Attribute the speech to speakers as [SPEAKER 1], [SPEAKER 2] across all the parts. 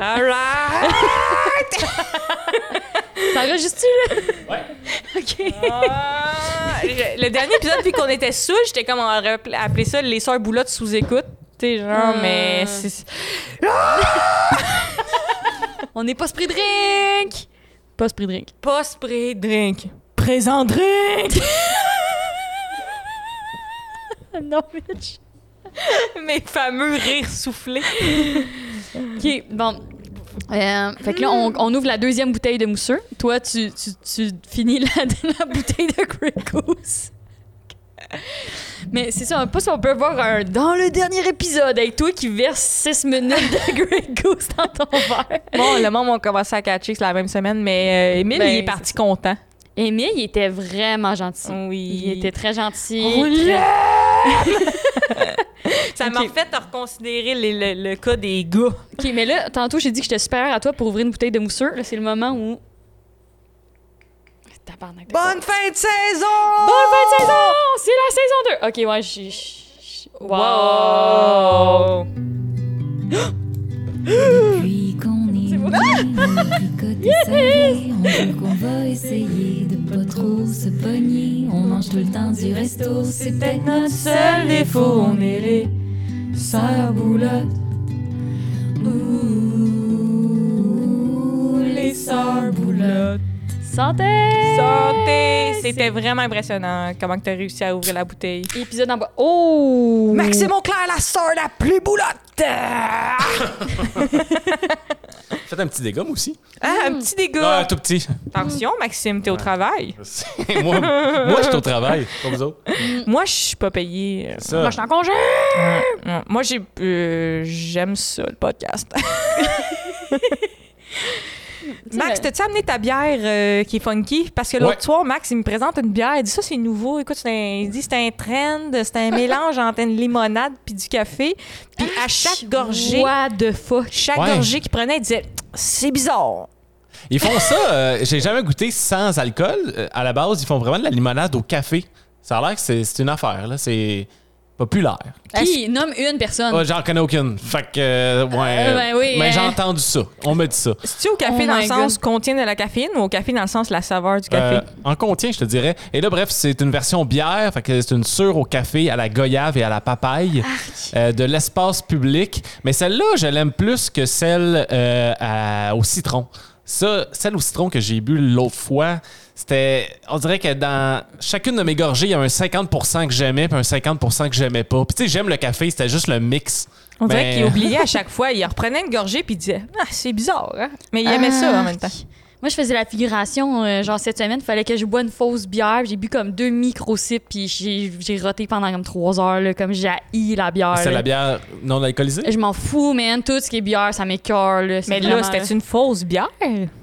[SPEAKER 1] All right.
[SPEAKER 2] Ça enregistre-tu, là?
[SPEAKER 3] Ouais.
[SPEAKER 2] OK.
[SPEAKER 1] Ah, le le dernier épisode, puis qu'on était saoul, j'étais comme on aurait appelé- appelé ça les sœurs boulottes sous écoute. T'sais, genre,
[SPEAKER 2] Hmm.
[SPEAKER 1] mais c'est.
[SPEAKER 2] On est pas spray drink! Pas spray drink.
[SPEAKER 1] Post-pré drink. Présent drink!
[SPEAKER 2] Ah, non, bitch.
[SPEAKER 1] Mes fameux rires soufflés.
[SPEAKER 2] OK, bon. Euh, fait que là, on, on ouvre la deuxième bouteille de mousseux. Toi, tu, tu, tu finis la, la bouteille de Grey Goose. Mais c'est ça, on pas si on peut voir un dans le dernier épisode avec toi qui verse 6 minutes de Grey Goose dans ton verre.
[SPEAKER 1] Bon, le monde a commencé à catcher que c'est la même semaine, mais euh, Émile,
[SPEAKER 2] Ben,
[SPEAKER 1] il est parti content.
[SPEAKER 2] Émile, il était vraiment gentil.
[SPEAKER 1] Oui.
[SPEAKER 2] Il était très gentil.
[SPEAKER 1] On
[SPEAKER 2] très-
[SPEAKER 1] Ça m'a
[SPEAKER 2] Ok.
[SPEAKER 1] fait reconsidérer les- le, le cas des gars.
[SPEAKER 2] OK, mais là, tantôt, j'ai dit que j'étais supérieure à toi pour ouvrir une bouteille de mousseux. Là, c'est le moment où... Tabarnak. d'accord.
[SPEAKER 1] fin de saison!
[SPEAKER 2] Bonne fin de saison! C'est la saison 2! Ok, ouais, j'ai. j'ai- Wow!
[SPEAKER 1] Wow!
[SPEAKER 4] Puis qu'on est tricoté salé, on veut qu'on va essayer de pas trop se pogner. On mange tout le temps du resto, c'est peut-être notre seul défaut. On est les sœurs boulottes. Ouh, les sœurs boulottes.
[SPEAKER 2] Santé!
[SPEAKER 1] Santé! C'était vraiment impressionnant comment tu as réussi à ouvrir la bouteille.
[SPEAKER 2] Épisode en bas. Oh!
[SPEAKER 1] Auclair, la sœur la plus boulotte! Ah,
[SPEAKER 3] Faites un petit dégomme aussi.
[SPEAKER 1] un petit dégât!
[SPEAKER 3] Ah, tout petit.
[SPEAKER 1] Attention, Maxime, t'es au travail.
[SPEAKER 3] moi, moi, je suis au travail, comme vous autres.
[SPEAKER 1] Moi, je suis pas payée.
[SPEAKER 3] Ça.
[SPEAKER 2] Moi, je suis en congé!
[SPEAKER 1] Euh, Moi, j'ai, euh, j'aime ça, le podcast. Max,
[SPEAKER 2] le-
[SPEAKER 1] t'as-tu amené ta bière euh, qui est funky? Parce que l'autre
[SPEAKER 3] Ouais.
[SPEAKER 1] soir, Max, il me présente une bière. Il dit ça, c'est nouveau. Écoute, c'est un- il dit c'est un trend, c'est un mélange entre une limonade puis du café. Puis
[SPEAKER 2] Ah,
[SPEAKER 1] à chaque gorgée,
[SPEAKER 2] What the fuck?
[SPEAKER 1] chaque
[SPEAKER 3] Ouais.
[SPEAKER 1] gorgée qu'il prenait, il disait c'est bizarre.
[SPEAKER 3] Ils font ça, euh, j'ai jamais goûté sans alcool. Euh, à la base, ils font vraiment de la limonade au café. Ça a l'air que c'est c'est une affaire, là. C'est populaire.
[SPEAKER 2] Qui nomme une personne?
[SPEAKER 3] Ah, j'en connais aucune. Fait que, euh, ouais.
[SPEAKER 2] Euh, ben oui,
[SPEAKER 3] mais j'ai
[SPEAKER 2] euh.
[SPEAKER 3] entendu ça. On me dit ça.
[SPEAKER 1] C'est-tu au café
[SPEAKER 2] Oh
[SPEAKER 1] dans le
[SPEAKER 2] my
[SPEAKER 1] sens
[SPEAKER 2] God.
[SPEAKER 1] contient de la caféine ou au café dans le sens la saveur du
[SPEAKER 3] Euh,
[SPEAKER 1] café?
[SPEAKER 3] en contient, je te dirais. Et là, bref, c'est une version bière. Fait que c'est une sûre au café, à la goyave et à la papaye
[SPEAKER 1] Ah,
[SPEAKER 3] euh, de l'espace public. Mais celle-là, je l'aime plus que celle euh, à- au citron. Ça, celle au citron que j'ai bu l'autre fois, c'était. On dirait que dans chacune de mes gorgées, il y a un 50 que j'aimais puis un 50 que j'aimais pas. Puis tu sais, j'aime le café, c'était juste le mix.
[SPEAKER 1] On dirait
[SPEAKER 3] Mais-
[SPEAKER 1] qu'il oubliait à chaque fois. Il reprenait une gorgée puis il disait Ah, c'est bizarre, hein? Mais il
[SPEAKER 2] Ah,
[SPEAKER 1] aimait ça en même temps.
[SPEAKER 2] Moi, je faisais la figuration, euh, genre cette semaine, il fallait que je bois une fausse bière. J'ai bu comme deux micro-sips, puis j'ai j'ai roté pendant comme trois heures, là, comme j'ai haï la bière.
[SPEAKER 3] C'est
[SPEAKER 2] là.
[SPEAKER 3] la bière non alcoolisée?
[SPEAKER 2] Je m'en fous, man. Tout ce qui est bière, ça m'écœure. là. C'est
[SPEAKER 1] Mais là,
[SPEAKER 2] vraiment,
[SPEAKER 1] c'était une fausse bière.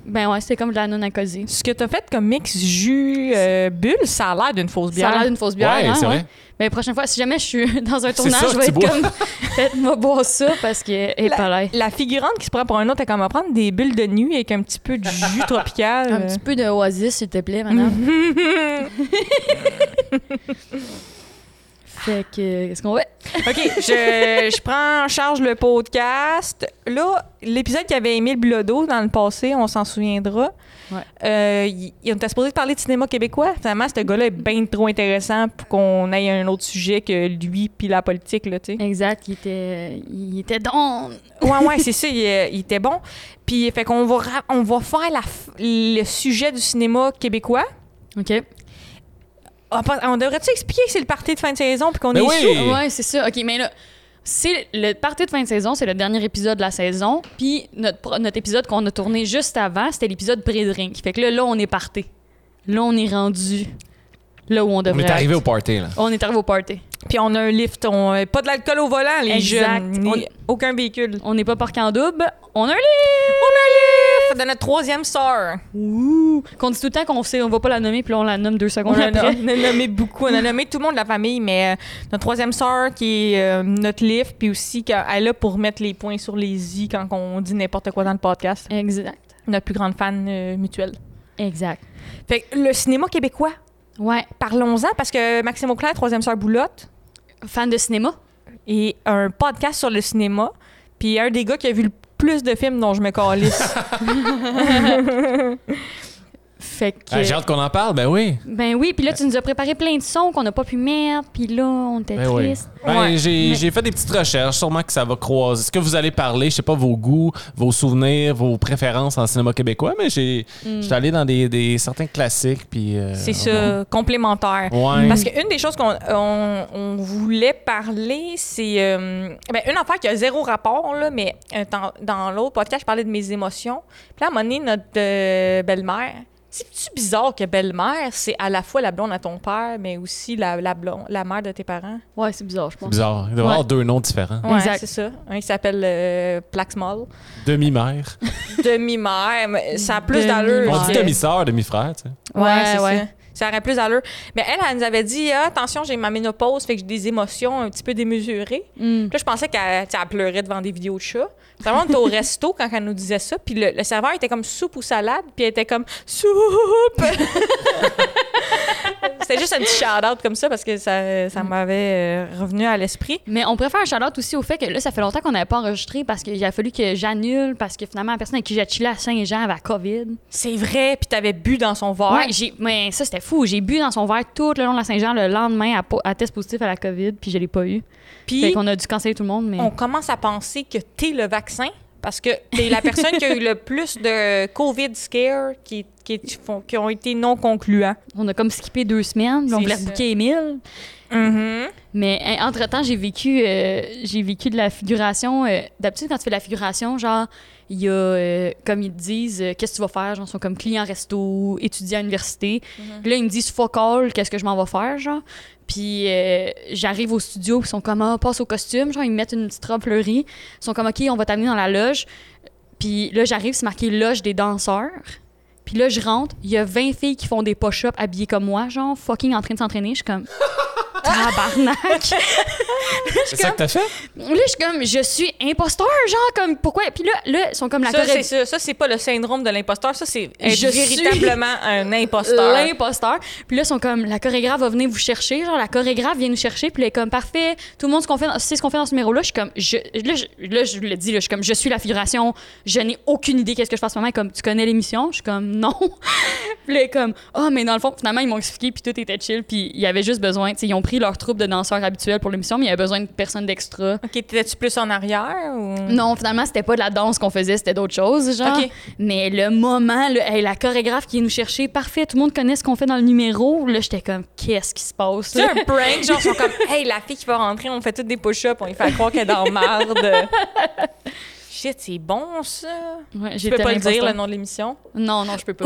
[SPEAKER 2] Ben ouais, c'était comme de la non-alcoolisée.
[SPEAKER 1] Ce que t'as fait comme mix jus euh, bulle, ça a l'air d'une fausse
[SPEAKER 2] Ça
[SPEAKER 1] bière.
[SPEAKER 2] a l'air d'une fausse bière.
[SPEAKER 3] Ouais,
[SPEAKER 2] hein,
[SPEAKER 3] c'est vrai.
[SPEAKER 2] Mais la prochaine fois, si jamais je suis dans un tournage,
[SPEAKER 3] ça que
[SPEAKER 2] je vais
[SPEAKER 3] tu
[SPEAKER 2] être
[SPEAKER 3] bois.
[SPEAKER 2] comme. Faites-moi boire ça parce que. Et
[SPEAKER 1] La-
[SPEAKER 2] pas là.
[SPEAKER 1] La figurante qui se prend pour un autre, elle commence à prendre des bulles de nuit avec un petit peu de jus tropical.
[SPEAKER 2] Un petit peu de oasis, s'il te plaît, madame. Fait que. Qu'est-ce qu'on va.
[SPEAKER 1] OK, je, je prends en charge le podcast. Là, l'épisode qui avait aimé le Blodo dans le passé, on s'en souviendra.
[SPEAKER 2] Ouais.
[SPEAKER 1] Euh, il- il- on était supposé parler de cinéma québécois. Finalement, ce gars-là est bien trop intéressant pour qu'on aille à un autre sujet que lui puis la politique, là, tu sais.
[SPEAKER 2] Exact, il était. Il était down.
[SPEAKER 1] Ouais, ouais, c'est ça, il, euh, il était bon. Puis, fait qu'on va, ra- on va faire la f- le sujet du cinéma québécois.
[SPEAKER 2] OK.
[SPEAKER 1] On pas- On devrait-tu expliquer que c'est le parti de fin de saison puis qu'on est
[SPEAKER 3] Ben oui!
[SPEAKER 1] sous?
[SPEAKER 2] Ouais, c'est ça. OK, mais là. C'est le party de fin de saison, c'est le dernier épisode de la saison. Puis notre, pro- notre épisode qu'on a tourné juste avant, c'était l'épisode pré-drink. Fait que là, là, on est parti. Là, on est rendu là où on
[SPEAKER 3] On
[SPEAKER 2] devrait
[SPEAKER 3] est arrivé
[SPEAKER 2] être.
[SPEAKER 3] au party, là.
[SPEAKER 2] On est arrivé au party.
[SPEAKER 1] Puis, on a un lift. On, euh, pas de l'alcool au volant, les
[SPEAKER 2] Exact.
[SPEAKER 1] jeunes. ni- Aucun véhicule.
[SPEAKER 2] On n'est pas parqué en double, on
[SPEAKER 1] On
[SPEAKER 2] a un
[SPEAKER 1] a un livre de notre troisième sœur.
[SPEAKER 2] livre! Qu'on dit tout le temps qu'on sait, on va pas la nommer, puis là, on la nomme deux
[SPEAKER 1] On
[SPEAKER 2] secondes
[SPEAKER 1] en a,
[SPEAKER 2] après.
[SPEAKER 1] on a nommé beaucoup. On a nommé tout le monde de la famille, mais euh, notre troisième sœur qui est euh, notre livre, puis aussi qu'elle est là pour mettre les points sur les i quand on dit n'importe quoi dans le podcast.
[SPEAKER 2] Exact.
[SPEAKER 1] Notre plus grande fan euh, mutuelle.
[SPEAKER 2] Exact.
[SPEAKER 1] Fait que le cinéma québécois,
[SPEAKER 2] Ouais.
[SPEAKER 1] parlons-en parce que Maxime Auclair, troisième sœur Boulotte,
[SPEAKER 2] Fan de cinéma?
[SPEAKER 1] et un podcast sur le cinéma. Puis un des gars qui a vu le plus de films dont je me calisse.
[SPEAKER 2] Fait que.
[SPEAKER 3] Ah, J'ai hâte qu'on en parle, ben oui.
[SPEAKER 2] Ben oui, puis là, tu nous as préparé plein de sons qu'on n'a pas pu mettre, puis là, on était
[SPEAKER 3] Ben oui.
[SPEAKER 2] tristes.
[SPEAKER 3] Ben,
[SPEAKER 1] Ouais.
[SPEAKER 3] j'ai
[SPEAKER 2] Mais-
[SPEAKER 3] j'ai fait des petites recherches, sûrement que ça va croiser. Ce que vous allez parler, je sais pas vos goûts, vos souvenirs, vos préférences en cinéma québécois, mais j'ai
[SPEAKER 2] Hmm.
[SPEAKER 3] j'étais allé dans des, des certains classiques puis euh,
[SPEAKER 1] C'est ça, complémentaire.
[SPEAKER 3] Ouais.
[SPEAKER 1] Parce qu'une des choses qu'on on, on voulait parler, c'est euh, ben, une affaire qui a zéro rapport, là, mais euh, dans, dans l'autre podcast, je parlais de mes émotions. Puis là, à un moment donné, notre euh, belle-mère. C'est-tu bizarre que belle-mère, c'est à la fois la blonde à ton père, mais aussi la, la, blonde, la mère de tes parents?
[SPEAKER 2] Ouais, c'est bizarre, je
[SPEAKER 3] C'est
[SPEAKER 2] pense.
[SPEAKER 3] bizarre, il doit y avoir deux noms différents.
[SPEAKER 1] Ouais,
[SPEAKER 2] Exact.
[SPEAKER 1] c'est ça. Un qui s'appelle euh, Plaxmol.
[SPEAKER 3] Demi-mère.
[SPEAKER 1] Demi-mère, mais ça a plus d'allure.
[SPEAKER 2] Demi-mère.
[SPEAKER 3] On dit
[SPEAKER 1] je dirais.
[SPEAKER 3] demi-sœur, demi-frère, tu sais.
[SPEAKER 1] Ouais,
[SPEAKER 2] Ouais,
[SPEAKER 1] c'est
[SPEAKER 2] c'est
[SPEAKER 1] ça. Ça aurait plus d'allure. Mais elle, elle nous avait dit Ah, attention, j'ai ma ménopause, fait que j'ai des émotions un petit peu démesurées.
[SPEAKER 2] Mm.
[SPEAKER 1] Puis là, je pensais qu'elle tu sais, elle pleurait devant des vidéos de chats. Puis vraiment, on était au resto quand elle nous disait ça. Puis le, le serveur était comme soupe ou salade. Puis elle était comme soupe. C'était juste un petit shout-out comme ça parce que ça, ça m'avait euh, revenu à l'esprit.
[SPEAKER 2] Mais on préfère un shout aussi au fait que là, ça fait longtemps qu'on n'avait pas enregistré parce qu'il a fallu que j'annule parce que finalement, la personne avec qui j'ai chillé à Saint-Jean avait la COVID.
[SPEAKER 1] C'est vrai. Puis t'avais bu dans son verre.
[SPEAKER 2] Ouais, j'ai, mais ça, c'était fou. J'ai bu dans son verre tout le long de la Saint-Jean le lendemain à, po- à test positif à la COVID, puis je l'ai pas eu. Fait
[SPEAKER 1] Puis
[SPEAKER 2] qu'on a dû canceller tout le monde, mais.
[SPEAKER 1] on commence à penser que t'es le vaccin parce que t'es la personne qui a eu le plus de COVID scare qui, qui, qui font- qui ont été non concluants.
[SPEAKER 2] On a comme skippé deux semaines, puis on
[SPEAKER 1] C'est
[SPEAKER 2] voulait
[SPEAKER 1] ça.
[SPEAKER 2] rebooker Émile. Mais hein, entre-temps, j'ai vécu, euh, j'ai vécu de la figuration. euh, D'habitude, quand tu fais de la figuration, genre, il y a, euh, comme ils te disent, euh, qu'est-ce que tu vas faire? Genre, ils sont comme client resto, étudiant à l'université. Puis Là, ils me disent, fuck all, qu'est-ce que je m'en vais faire, genre. Puis euh, j'arrive au studio, puis ils sont comme, ah, passe au costume. Genre, ils me mettent une petite robe fleurie. Ils sont comme, OK, on va t'amener dans la loge. Puis là, j'arrive, c'est marqué loge des danseurs. Puis là, je rentre, il y a 20 filles qui font des push-ups habillées comme moi, genre fucking en train de s'entraîner. Je suis comme, tabarnak!
[SPEAKER 3] C'est ça que t'as fait?
[SPEAKER 2] Là, je suis comme, je suis imposteur, genre, comme, pourquoi? Puis là, là, ils sont comme la
[SPEAKER 1] Ça, c'est
[SPEAKER 2] choré-
[SPEAKER 1] ça. Ça, c'est pas le syndrome de l'imposteur. Ça, c'est être
[SPEAKER 2] Je suis
[SPEAKER 1] véritablement un imposteur.
[SPEAKER 2] L'imposteur. Puis là, ils sont comme, la chorégraphe va venir vous chercher. Genre, la chorégraphe vient nous chercher. Puis là, elle est comme, parfait. Tout le monde ce qu'on fait dans- sait ce qu'on fait dans ce numéro-là. Je suis comme, je, là, je, là, je le dis, là, je suis comme, je suis la figuration. Je n'ai aucune idée qu'est-ce que je fais en ce moment. Elle est Comme, tu connais l'émission? Je suis comme, non. puis là, elle est comme, ah, mais dans le fond, finalement, ils m'ont expliqué. Puis tout était chill. Puis il y avait juste besoin, tu sais, ils ont pris leur troupe de danseurs habituels pour l'émission, mais il y avait besoin de personnes d'extra.
[SPEAKER 1] OK, t'étais-tu plus en arrière ou...
[SPEAKER 2] Non, finalement, c'était pas de la danse qu'on faisait, c'était d'autres choses, genre.
[SPEAKER 1] Mm. Ok.
[SPEAKER 2] Mais le moment, le- hey, la chorégraphe qui est nous chercher, parfait, tout le monde connaît ce qu'on fait dans le numéro. Là, j'étais comme, qu'est-ce qui se passe?
[SPEAKER 1] C'est
[SPEAKER 2] là?
[SPEAKER 1] un prank, genre, ils sont comme, hey, la fille qui va rentrer, on fait toutes des push-ups, on lui fait croire qu'elle est dans marde. Shit, c'est bon, ça.
[SPEAKER 2] Ouais,
[SPEAKER 1] Je
[SPEAKER 2] j'étais
[SPEAKER 1] peux pas le dire,
[SPEAKER 2] l'imposteur.
[SPEAKER 1] le nom de l'émission.
[SPEAKER 2] Non, non, je peux pas.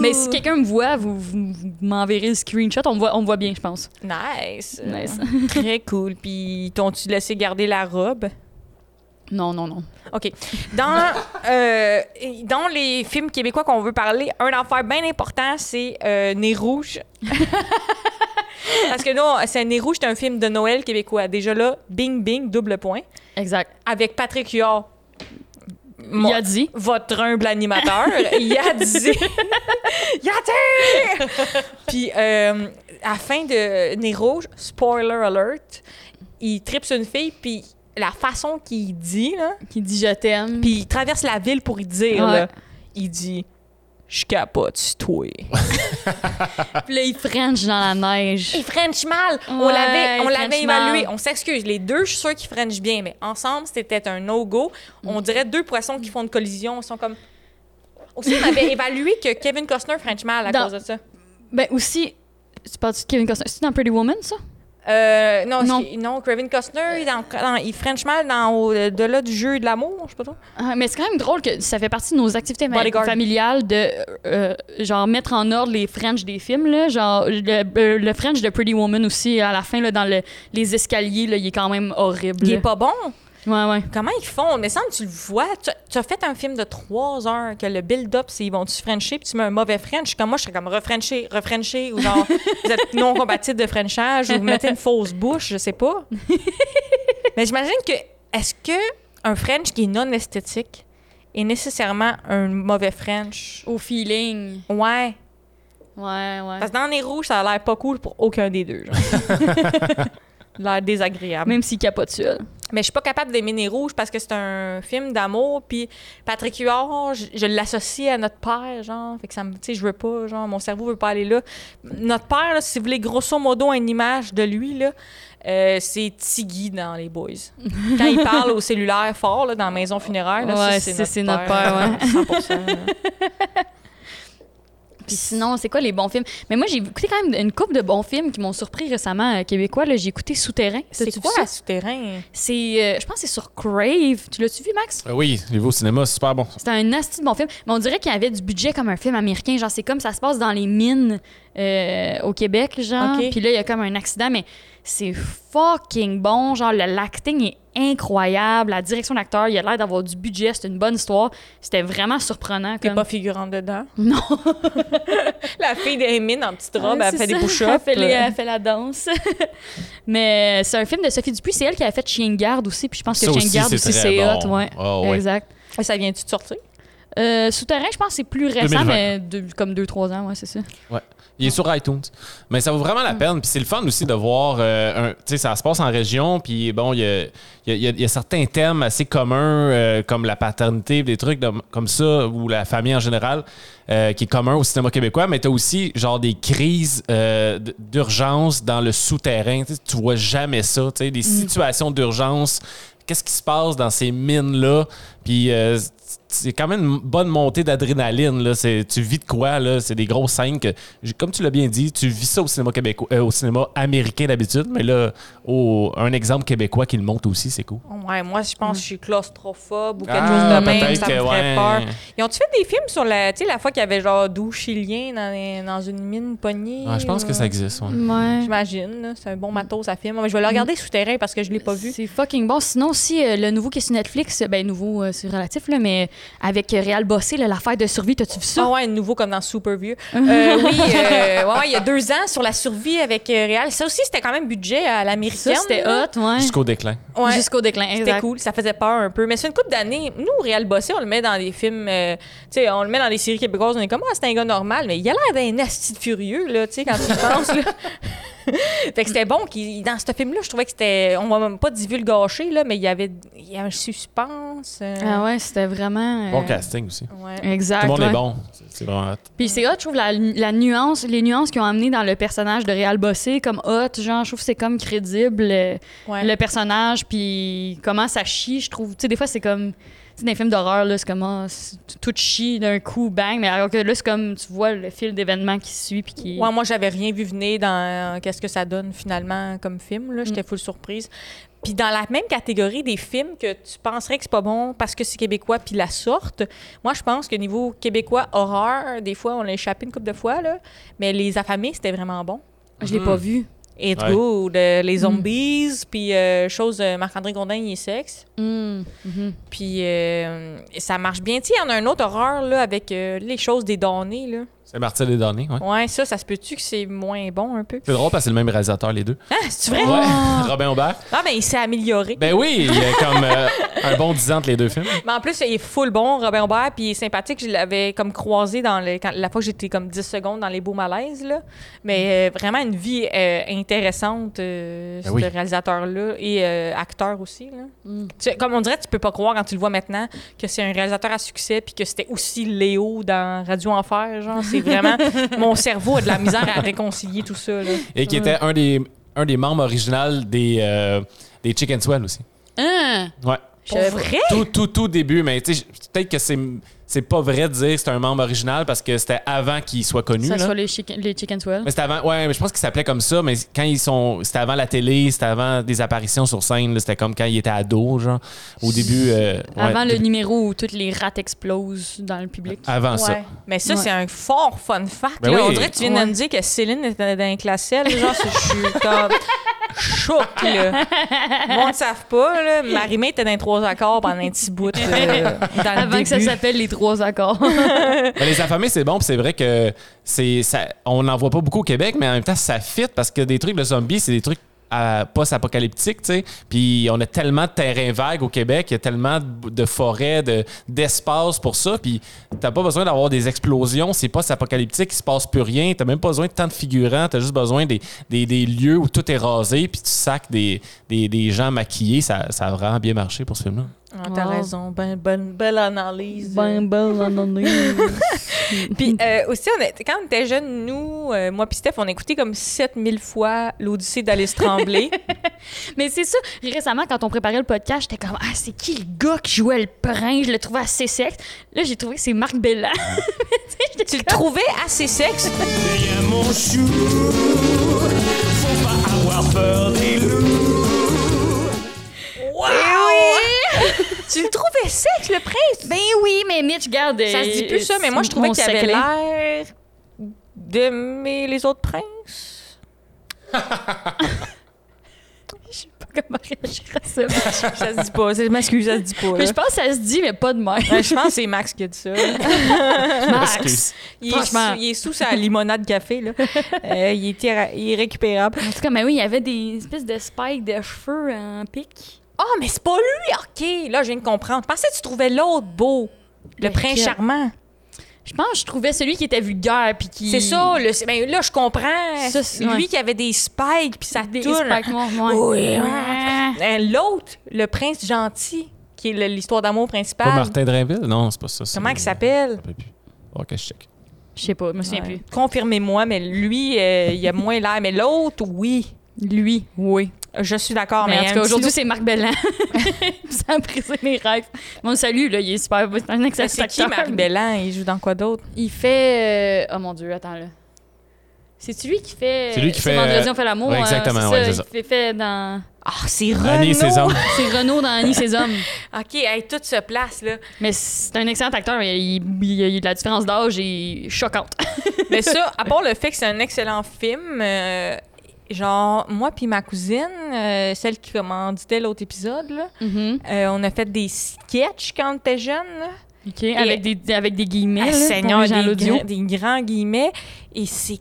[SPEAKER 2] Mais si quelqu'un me voit, vous, vous- vous m'enverrez le screenshot, on me voit, on me voit bien, je pense.
[SPEAKER 1] Nice.
[SPEAKER 2] Nice.
[SPEAKER 1] Très cool. Puis, t'ont-tu laissé garder la robe?
[SPEAKER 2] Non, non, non.
[SPEAKER 1] OK. Dans, euh, et dans les films québécois qu'on veut parler, un affaire bien important, c'est euh, Nez Rouge. Parce que non, c'est Nez Rouge, c'est un film de Noël québécois. Déjà là, bing bing, double point.
[SPEAKER 2] Exact.
[SPEAKER 1] Avec Patrick Huard. Mon-
[SPEAKER 2] Il a dit.
[SPEAKER 1] votre humble animateur, Yadzi. Yadzi! Puis, euh, à la fin de Nez Rouge, spoiler alert, il tripe sur une fille, puis la façon qu'il dit, là,
[SPEAKER 2] Qui dit je t'aime.
[SPEAKER 1] puis il traverse la ville pour y dire,
[SPEAKER 2] Mm. Ouais.
[SPEAKER 1] là, il dit Je capote, sur toi.
[SPEAKER 2] Puis là, il French dans la neige.
[SPEAKER 1] Il French mal On
[SPEAKER 2] Ouais,
[SPEAKER 1] l'avait, on
[SPEAKER 2] il
[SPEAKER 1] l'avait
[SPEAKER 2] French
[SPEAKER 1] évalué.
[SPEAKER 2] mal.
[SPEAKER 1] On s'excuse. Les deux, je suis sûre qu'ils French bien, mais ensemble, c'était un no-go. On dirait deux poissons qui font une collision. Ils sont comme. Aussi, on avait évalué que Kevin Costner French mal à
[SPEAKER 2] Dans-
[SPEAKER 1] cause de ça.
[SPEAKER 2] Ben aussi, tu parles de Kevin Costner. C'est dans Pretty Woman, ça?
[SPEAKER 1] Euh, non,
[SPEAKER 2] Non.
[SPEAKER 1] c'est- non. Kevin Costner, il, est dans- dans- il French mal dans au-delà du jeu et de l'amour, je sais pas trop.
[SPEAKER 2] Ah, mais c'est quand même drôle que ça fait partie de nos activités ma-
[SPEAKER 1] Bodyguard.
[SPEAKER 2] familiales de euh, euh, genre mettre en ordre les French des films là, genre le, euh, le French de Pretty Woman aussi à la fin là, dans le- les escaliers là, il est quand même horrible.
[SPEAKER 1] Il est
[SPEAKER 2] là.
[SPEAKER 1] pas bon.
[SPEAKER 2] Ouais ouais.
[SPEAKER 1] Comment ils font? Il me semble que tu le vois. Tu, tu as fait un film de trois heures que le build-up, c'est ils vont-tu Frencher, puis tu mets un mauvais French. Comme moi, je serais comme refrencher, refrencher, ou genre, vous êtes non compatible de Frenchage, ou vous mettez une fausse bouche, je sais pas. Mais j'imagine que, est-ce que un French qui est non esthétique est nécessairement un mauvais French?
[SPEAKER 2] Au feeling.
[SPEAKER 1] Ouais.
[SPEAKER 2] Ouais ouais.
[SPEAKER 1] Parce que dans les rouges, ça a l'air pas cool pour aucun des deux. genre. l'air désagréable.
[SPEAKER 2] Même s'il capote sur elle.
[SPEAKER 1] Mais je suis pas capable d'aimer Nez Rouge parce que c'est un film d'amour. Puis Patrick Huard, je, je l'associe à notre père, genre. Fait que ça me. Tu sais, je veux pas, genre, mon cerveau veut pas aller là. Notre père, là, si vous voulez, grosso modo, une image de lui, là, euh, c'est Tiggy dans Les Boys. Quand il parle au cellulaire fort, là, dans la maison funéraire, là, ça,
[SPEAKER 2] Ouais, ça,
[SPEAKER 1] c'est
[SPEAKER 2] c'est
[SPEAKER 1] notre,
[SPEAKER 2] notre
[SPEAKER 1] père.
[SPEAKER 2] père,
[SPEAKER 1] 100%, là.
[SPEAKER 2] Puis sinon, c'est quoi les bons films? Mais moi, j'ai écouté quand même une couple de bons films qui m'ont surpris récemment euh, québécois. là. J'ai écouté Souterrain.
[SPEAKER 1] C'est
[SPEAKER 2] T'as-tu
[SPEAKER 1] quoi,
[SPEAKER 2] vu ça?
[SPEAKER 1] Souterrain? hein?
[SPEAKER 2] C'est, euh, je pense que c'est sur Crave. Tu l'as-tu vu, Max?
[SPEAKER 3] Euh, Oui, j'ai vu au cinéma, c'est super bon.
[SPEAKER 2] C'était un nasty de bon film. Mais on dirait qu'il y avait du budget comme un film américain. Genre, c'est comme ça se passe dans les mines euh, au Québec, genre.
[SPEAKER 1] Ok.
[SPEAKER 2] Puis là, il y a comme un accident, mais c'est fucking bon. Genre, le l'acting est incroyable. La direction d'acteur, il a l'air d'avoir du budget. C'est une bonne histoire. C'était vraiment surprenant.
[SPEAKER 1] T'es
[SPEAKER 2] Comme...
[SPEAKER 1] pas figurante dedans?
[SPEAKER 2] Non.
[SPEAKER 1] La fille d'Emine en petite robe,
[SPEAKER 2] Ouais,
[SPEAKER 1] ben, elle
[SPEAKER 2] c'est
[SPEAKER 1] fait des
[SPEAKER 2] ça.
[SPEAKER 1] push-ups.
[SPEAKER 2] Elle fait, les- elle fait la danse. mais euh, c'est un film de Sophie Dupuis. C'est elle qui a fait Chien de garde aussi. Puis je pense que
[SPEAKER 3] Ça
[SPEAKER 2] Chien
[SPEAKER 3] aussi,
[SPEAKER 2] de garde
[SPEAKER 3] c'est
[SPEAKER 2] aussi,
[SPEAKER 3] très
[SPEAKER 2] c'est
[SPEAKER 3] bon.
[SPEAKER 2] hot. Ouais.
[SPEAKER 3] Ah ouais.
[SPEAKER 2] Exact.
[SPEAKER 1] Et Ça vient-tu de sortir?
[SPEAKER 2] Euh, Souterrain, je pense que c'est plus récent,
[SPEAKER 3] 2020.
[SPEAKER 2] mais deux- comme 2-3 ans, ouais, c'est ça.
[SPEAKER 3] Il est sur iTunes. Mais ça vaut vraiment la peine. Puis c'est le fun aussi de voir. euh, un- tu sais, ça se passe en région. Puis bon, il y a, il y a- il y a- il y a certains thèmes assez communs, euh, comme la paternité, des trucs de- comme ça, ou la famille en général, euh, qui est commun au cinéma québécois. Mais tu as aussi, genre, des crises euh, d- d'urgence dans le souterrain. Tu sais, tu vois jamais ça. Tu sais,
[SPEAKER 1] Mm.
[SPEAKER 3] des situations d'urgence. Qu'est-ce qui se passe dans ces mines-là? Puis. euh, c'est quand même une bonne montée d'adrénaline. là. C'est- Tu vis de quoi? là C'est des grosses scènes que, j- comme tu l'as bien dit, tu vis ça au cinéma, québécois, euh, au cinéma américain d'habitude, mais là, au- un exemple québécois qui le monte aussi, c'est cool.
[SPEAKER 1] Ouais, moi, je
[SPEAKER 2] Mm.
[SPEAKER 1] pense que je suis claustrophobe ou quelque
[SPEAKER 3] Ah,
[SPEAKER 1] chose de même.
[SPEAKER 3] peut-être
[SPEAKER 1] Ça me
[SPEAKER 3] que,
[SPEAKER 1] ferait
[SPEAKER 3] ouais.
[SPEAKER 1] peur. Ils ont-tu fait des films sur la, tu sais, la fois qu'il y avait genre 12 Chiliens dans, les- dans une mine pognée?
[SPEAKER 3] Ouais, Ah, je pense que
[SPEAKER 1] euh,
[SPEAKER 3] ça existe. ouais.
[SPEAKER 2] Ouais.
[SPEAKER 1] J'imagine, là, c'est un
[SPEAKER 2] Mm.
[SPEAKER 1] bon matos à film. Mais je vais le regarder souterrain parce que je l'ai pas vu.
[SPEAKER 2] C'est fucking bon. Sinon, aussi, euh, le nouveau qui est sur Netflix, euh, ben nouveau, euh, c'est relatif, là, mais avec euh, Réal Bossé, là, l'affaire de survie, t'as-tu vu
[SPEAKER 1] Ah
[SPEAKER 2] ça?
[SPEAKER 1] ouais, nouveau comme dans Super Vieux. Euh, oui, euh, ouais, ouais, il y a deux ans sur la survie avec euh, Réal. Ça aussi, c'était quand même budget à
[SPEAKER 2] ça,
[SPEAKER 1] l'américaine.
[SPEAKER 2] c'était
[SPEAKER 1] là.
[SPEAKER 2] hot, ouais.
[SPEAKER 3] Jusqu'au déclin.
[SPEAKER 1] Ouais.
[SPEAKER 2] Jusqu'au déclin,
[SPEAKER 1] C'était
[SPEAKER 2] exact.
[SPEAKER 1] cool, ça faisait peur un peu. Mais c'est une couple d'années. Nous, Réal Bossé, on le met dans des films, euh, tu sais, on le met dans des séries québécoises. On est comme, ah, c'est un gars normal, mais il a l'air d'un asti de furieux, là, tu sais, quand tu y penses, là. fait que c'était bon. qu'il- dans ce film-là, je trouvais que c'était. On va même pas divulgacher, là, mais il y avait, il y a un suspense. euh,
[SPEAKER 2] Ah ouais, c'était vraiment... euh,
[SPEAKER 3] Bon casting aussi.
[SPEAKER 1] ouais.
[SPEAKER 2] Exact.
[SPEAKER 3] Tout le monde
[SPEAKER 2] ouais.
[SPEAKER 3] est bon. C'est- C'est vraiment hot.
[SPEAKER 2] Puis c'est hot, je trouve, la, la nuance, les nuances qu'ils ont amenées dans le personnage de Réal Bossé, comme hot, genre, je trouve que c'est comme crédible, euh,
[SPEAKER 1] Ouais.
[SPEAKER 2] le personnage, puis comment ça chie, je trouve. Tu sais, des fois, c'est comme. Tu sais, dans les films d'horreur, là, c'est comme. ah, c'est- tout chie d'un coup, bang, mais alors que là, c'est comme. Tu vois le fil d'événements qui suit, puis qui.
[SPEAKER 1] Ouais, moi, j'avais rien vu venir dans euh, qu'est-ce que ça donne finalement comme film. là. J'étais full surprise. Puis dans la même catégorie des films que tu penserais que c'est pas bon parce que c'est québécois puis la sorte, moi je pense que niveau québécois horreur, des fois on l'a échappé une couple de fois là, mais les affamés c'était vraiment bon.
[SPEAKER 2] Je l'ai pas vu.
[SPEAKER 1] Et
[SPEAKER 3] Ouais.
[SPEAKER 1] good, euh, les zombies, puis euh, chose euh, Marc-André Gondin il est sexe.
[SPEAKER 2] Hum, mhm.
[SPEAKER 1] Puis euh, ça marche bien. Tu sais, il y en a un autre horreur là avec euh, les choses des données là.
[SPEAKER 3] C'est Martin des données. ouais.
[SPEAKER 1] Ouais, ça ça se peut-tu que c'est moins bon un peu.
[SPEAKER 3] C'est drôle parce que c'est le même réalisateur, les deux.
[SPEAKER 1] Ah, c'est
[SPEAKER 2] Eh
[SPEAKER 1] vrai.
[SPEAKER 2] oh.
[SPEAKER 3] Ouais. Robin Aubert.
[SPEAKER 1] Ah, ben, il s'est amélioré.
[SPEAKER 3] Ben oui, il y a comme euh, un bon 10 ans entre les deux films.
[SPEAKER 1] Mais en plus, il est full bon, Robin Aubert, puis il est sympathique. Je l'avais comme croisé dans le, quand- la fois que j'étais comme 10 secondes dans les beaux malaises. Là. Mais euh, vraiment une vie euh, intéressante, euh,
[SPEAKER 3] Ben oui.
[SPEAKER 1] ce réalisateur-là, et euh, acteur aussi. Là. Tu- comme on dirait, tu peux pas croire quand tu le vois maintenant que c'est un réalisateur à succès, puis que c'était aussi Léo dans Radio Enfer. Genre, c'est vraiment. mon cerveau a de la misère à réconcilier tout ça. Là.
[SPEAKER 3] Et qui était un des, un des membres originaux des, euh, des Chicken Swell aussi.
[SPEAKER 2] Hein?
[SPEAKER 3] Ouais.
[SPEAKER 2] Je savais
[SPEAKER 1] Pour
[SPEAKER 2] pas.
[SPEAKER 1] vrai?
[SPEAKER 3] tout, tout, tout début, mais tu sais, je- peut-être que c'est, c'est pas vrai de dire que c'est un membre original parce que c'était avant qu'il soit connu.
[SPEAKER 2] Ça
[SPEAKER 3] là.
[SPEAKER 1] hein?
[SPEAKER 2] soit les chicken, les chicken swell.
[SPEAKER 3] Mais c'était avant, ouais, mais je pense qu'il s'appelait comme ça, mais quand ils sont. C'était avant la télé, c'était avant des apparitions sur scène, là, c'était comme quand il était ado, genre. Au début. euh, ouais,
[SPEAKER 2] Avant le
[SPEAKER 3] début-
[SPEAKER 2] numéro où toutes les rates explosent dans le public.
[SPEAKER 1] Ah,
[SPEAKER 3] Avant ça.
[SPEAKER 1] Ouais. Mais ça,
[SPEAKER 2] Ouais.
[SPEAKER 1] c'est un fort fun fact.
[SPEAKER 3] Ben
[SPEAKER 1] là.
[SPEAKER 3] oui.
[SPEAKER 1] On dirait que tu viens
[SPEAKER 2] Ouais.
[SPEAKER 1] de me dire que Céline était dans un classel. Genre, c'est- je suis comme choc, là. Moi, ne savent pas, là. Marie-Mé était dans les trois accords pendant un petit bout. euh, dans le
[SPEAKER 2] Avant que ça
[SPEAKER 1] début.
[SPEAKER 2] s'appelle les trois accords.
[SPEAKER 3] Mais les affamés, c'est bon, puis c'est vrai que c'est ça, on n'en voit pas beaucoup au Québec, mais en même temps, ça fit parce que des trucs de zombies, c'est des trucs à- post-apocalyptique, tu sais. Puis on a tellement de terrains vagues au Québec, il y a tellement de, de forêts, de- d'espace pour ça. Puis t'as pas besoin d'avoir des explosions, c'est post-apocalyptique, il se passe plus rien. T'as même pas besoin de tant de figurants, t'as juste besoin des, des- des lieux où tout est rasé, puis tu sacs des, des- des gens maquillés. Ça, ça a vraiment bien marché pour ce film-là.
[SPEAKER 1] Ah, T'as
[SPEAKER 2] Wow. Ben,
[SPEAKER 1] raison. Ben, bonne- belle analyse. Puis euh, aussi, on était- quand on était jeunes, nous, euh, moi puis Steph, on écoutait comme 7000 fois l'Odyssée d'Alice Tremblay.
[SPEAKER 2] Mais c'est ça, récemment, quand on préparait le podcast, j'étais comme Ah, c'est qui le gars qui jouait le prince Je le trouvais assez sexe. Là, j'ai trouvé que c'est Marc Bella.
[SPEAKER 1] Ah. tu le trouvais assez sexe.
[SPEAKER 5] Viens mon chou, faut pas avoir peur des loups.
[SPEAKER 1] Wow! tu le trouvais sexe, le prince?
[SPEAKER 2] ben oui, mais Mitch, garde.
[SPEAKER 1] Ça se dit plus ça, mais moi, je trouvais qu'il avait l'air d'aimer les autres princes.
[SPEAKER 2] Je sais pas comment réagir à ça. mais
[SPEAKER 1] Ça se dit pas. C'est- Je m'excuse, ça se dit pas. là.
[SPEAKER 2] je pense que ça se dit, mais pas de même.
[SPEAKER 1] Ouais, je pense que c'est Max qui a dit ça.
[SPEAKER 2] Max.
[SPEAKER 1] Il est,
[SPEAKER 2] Franchement.
[SPEAKER 1] sous, il est sous sa limonade café, là. Euh, il, est irra- irrécupérable.
[SPEAKER 2] En tout cas, mais oui, il y avait des espèces de spikes de cheveux en pic.
[SPEAKER 1] Ah, mais c'est pas lui! OK, là, je viens de comprendre. Je pensais que tu trouvais l'autre beau, le
[SPEAKER 2] Lequel?
[SPEAKER 1] prince charmant.
[SPEAKER 2] Je pense que je trouvais celui qui était vulgaire puis qui.
[SPEAKER 1] C'est ça, le, ben, là, je comprends.
[SPEAKER 2] Ça, c'est-
[SPEAKER 1] lui
[SPEAKER 2] ouais.
[SPEAKER 1] qui avait des spikes, puis ça
[SPEAKER 2] Des
[SPEAKER 1] tourne.
[SPEAKER 2] spikes noirs, ouais.
[SPEAKER 1] Oui, ouais.
[SPEAKER 2] Ouais.
[SPEAKER 1] Euh, L'autre, le prince gentil, qui est le- l'histoire d'amour principale.
[SPEAKER 3] Pas Martin Drainville? Non, c'est pas ça. c'est-
[SPEAKER 1] Comment il s'appelle?
[SPEAKER 3] Je me rappelle plus. Ok, je check.
[SPEAKER 2] Je sais pas, je me souviens
[SPEAKER 1] Ouais. Confirmez-moi, mais lui, euh, il a moins l'air. Mais l'autre, oui.
[SPEAKER 2] plus. Lui, oui.
[SPEAKER 1] Je suis d'accord, mais,
[SPEAKER 2] Oh,
[SPEAKER 1] un
[SPEAKER 2] Mais Ben, en tout cas,
[SPEAKER 1] petit
[SPEAKER 2] aujourd'hui, c'est Marc Bellan. Ça a brisé mes rêves. Mon salut, là, il est super. C'est un
[SPEAKER 1] loup-
[SPEAKER 2] excellent
[SPEAKER 1] c'est qui
[SPEAKER 2] acteur.
[SPEAKER 1] Marc Bellan? Il joue dans quoi d'autre?
[SPEAKER 2] Il fait. euh, Oh mon Dieu, attends là. C'est-tu lui qui fait.
[SPEAKER 3] C'est lui qui fait,
[SPEAKER 2] Vendredi,
[SPEAKER 3] euh,
[SPEAKER 2] on fait l'amour.
[SPEAKER 3] ouais,
[SPEAKER 2] hein,
[SPEAKER 3] exactement,
[SPEAKER 2] c'est ça.
[SPEAKER 3] ouais, c'est ça.
[SPEAKER 2] Il fait, fait dans.
[SPEAKER 1] Ah, c'est
[SPEAKER 3] Annie et ses
[SPEAKER 1] Renaud!
[SPEAKER 3] hommes.
[SPEAKER 2] C'est Renaud dans Annie et ses hommes.
[SPEAKER 1] OK, hey, tout se place, là.
[SPEAKER 2] Mais c'est un excellent acteur, mais il, il- il- la différence d'âge est choquante.
[SPEAKER 1] Mais ça, à part le fait que c'est un excellent film, euh, genre, moi puis ma cousine, euh, celle qui commanditait l'autre épisode, là, euh, on a fait des sketchs quand on était jeunes, là.
[SPEAKER 2] OK, avec des, avec des guillemets.
[SPEAKER 1] Ah,
[SPEAKER 2] là, hein, pour
[SPEAKER 1] Seigneur,
[SPEAKER 2] les gens à
[SPEAKER 1] des,
[SPEAKER 2] l'audio.
[SPEAKER 1] gra- des grands guillemets. Et c'est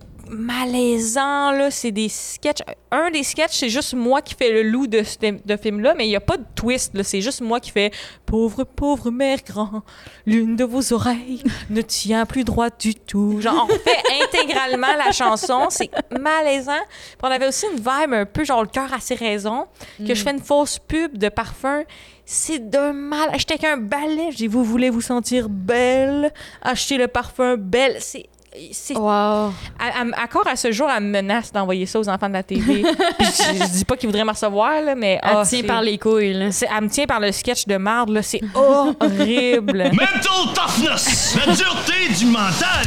[SPEAKER 1] malaisant, là. C'est des sketchs. Un des sketchs, c'est juste moi qui fais le loup de ce de film-là, mais il n'y a pas de twist, là. C'est juste moi qui fais Pauvre, pauvre mère grand, l'une de vos oreilles ne tient plus droit du tout. Genre, on fait intégralement la chanson. C'est malaisant. Puis on avait aussi une vibe un peu genre le cœur à ses raisons, que je
[SPEAKER 2] Mm.
[SPEAKER 1] fais une fausse pub de parfum. C'est d'un mal. J'étais qu'un balai. Je dis, vous voulez vous sentir belle? Achetez le parfum belle. C'est. c'est-
[SPEAKER 2] Wow.
[SPEAKER 1] à- à- Encore à ce jour, elle me menace d'envoyer ça aux enfants de la TV. Puis je, je dis pas qu'ils voudraient me recevoir, là, mais.
[SPEAKER 2] Elle
[SPEAKER 1] ah,
[SPEAKER 2] tient
[SPEAKER 1] c'est-
[SPEAKER 2] par les couilles, là.
[SPEAKER 1] c'est- Elle me tient par le sketch de marde, là. C'est horrible.
[SPEAKER 5] Mental toughness, la dureté du mental.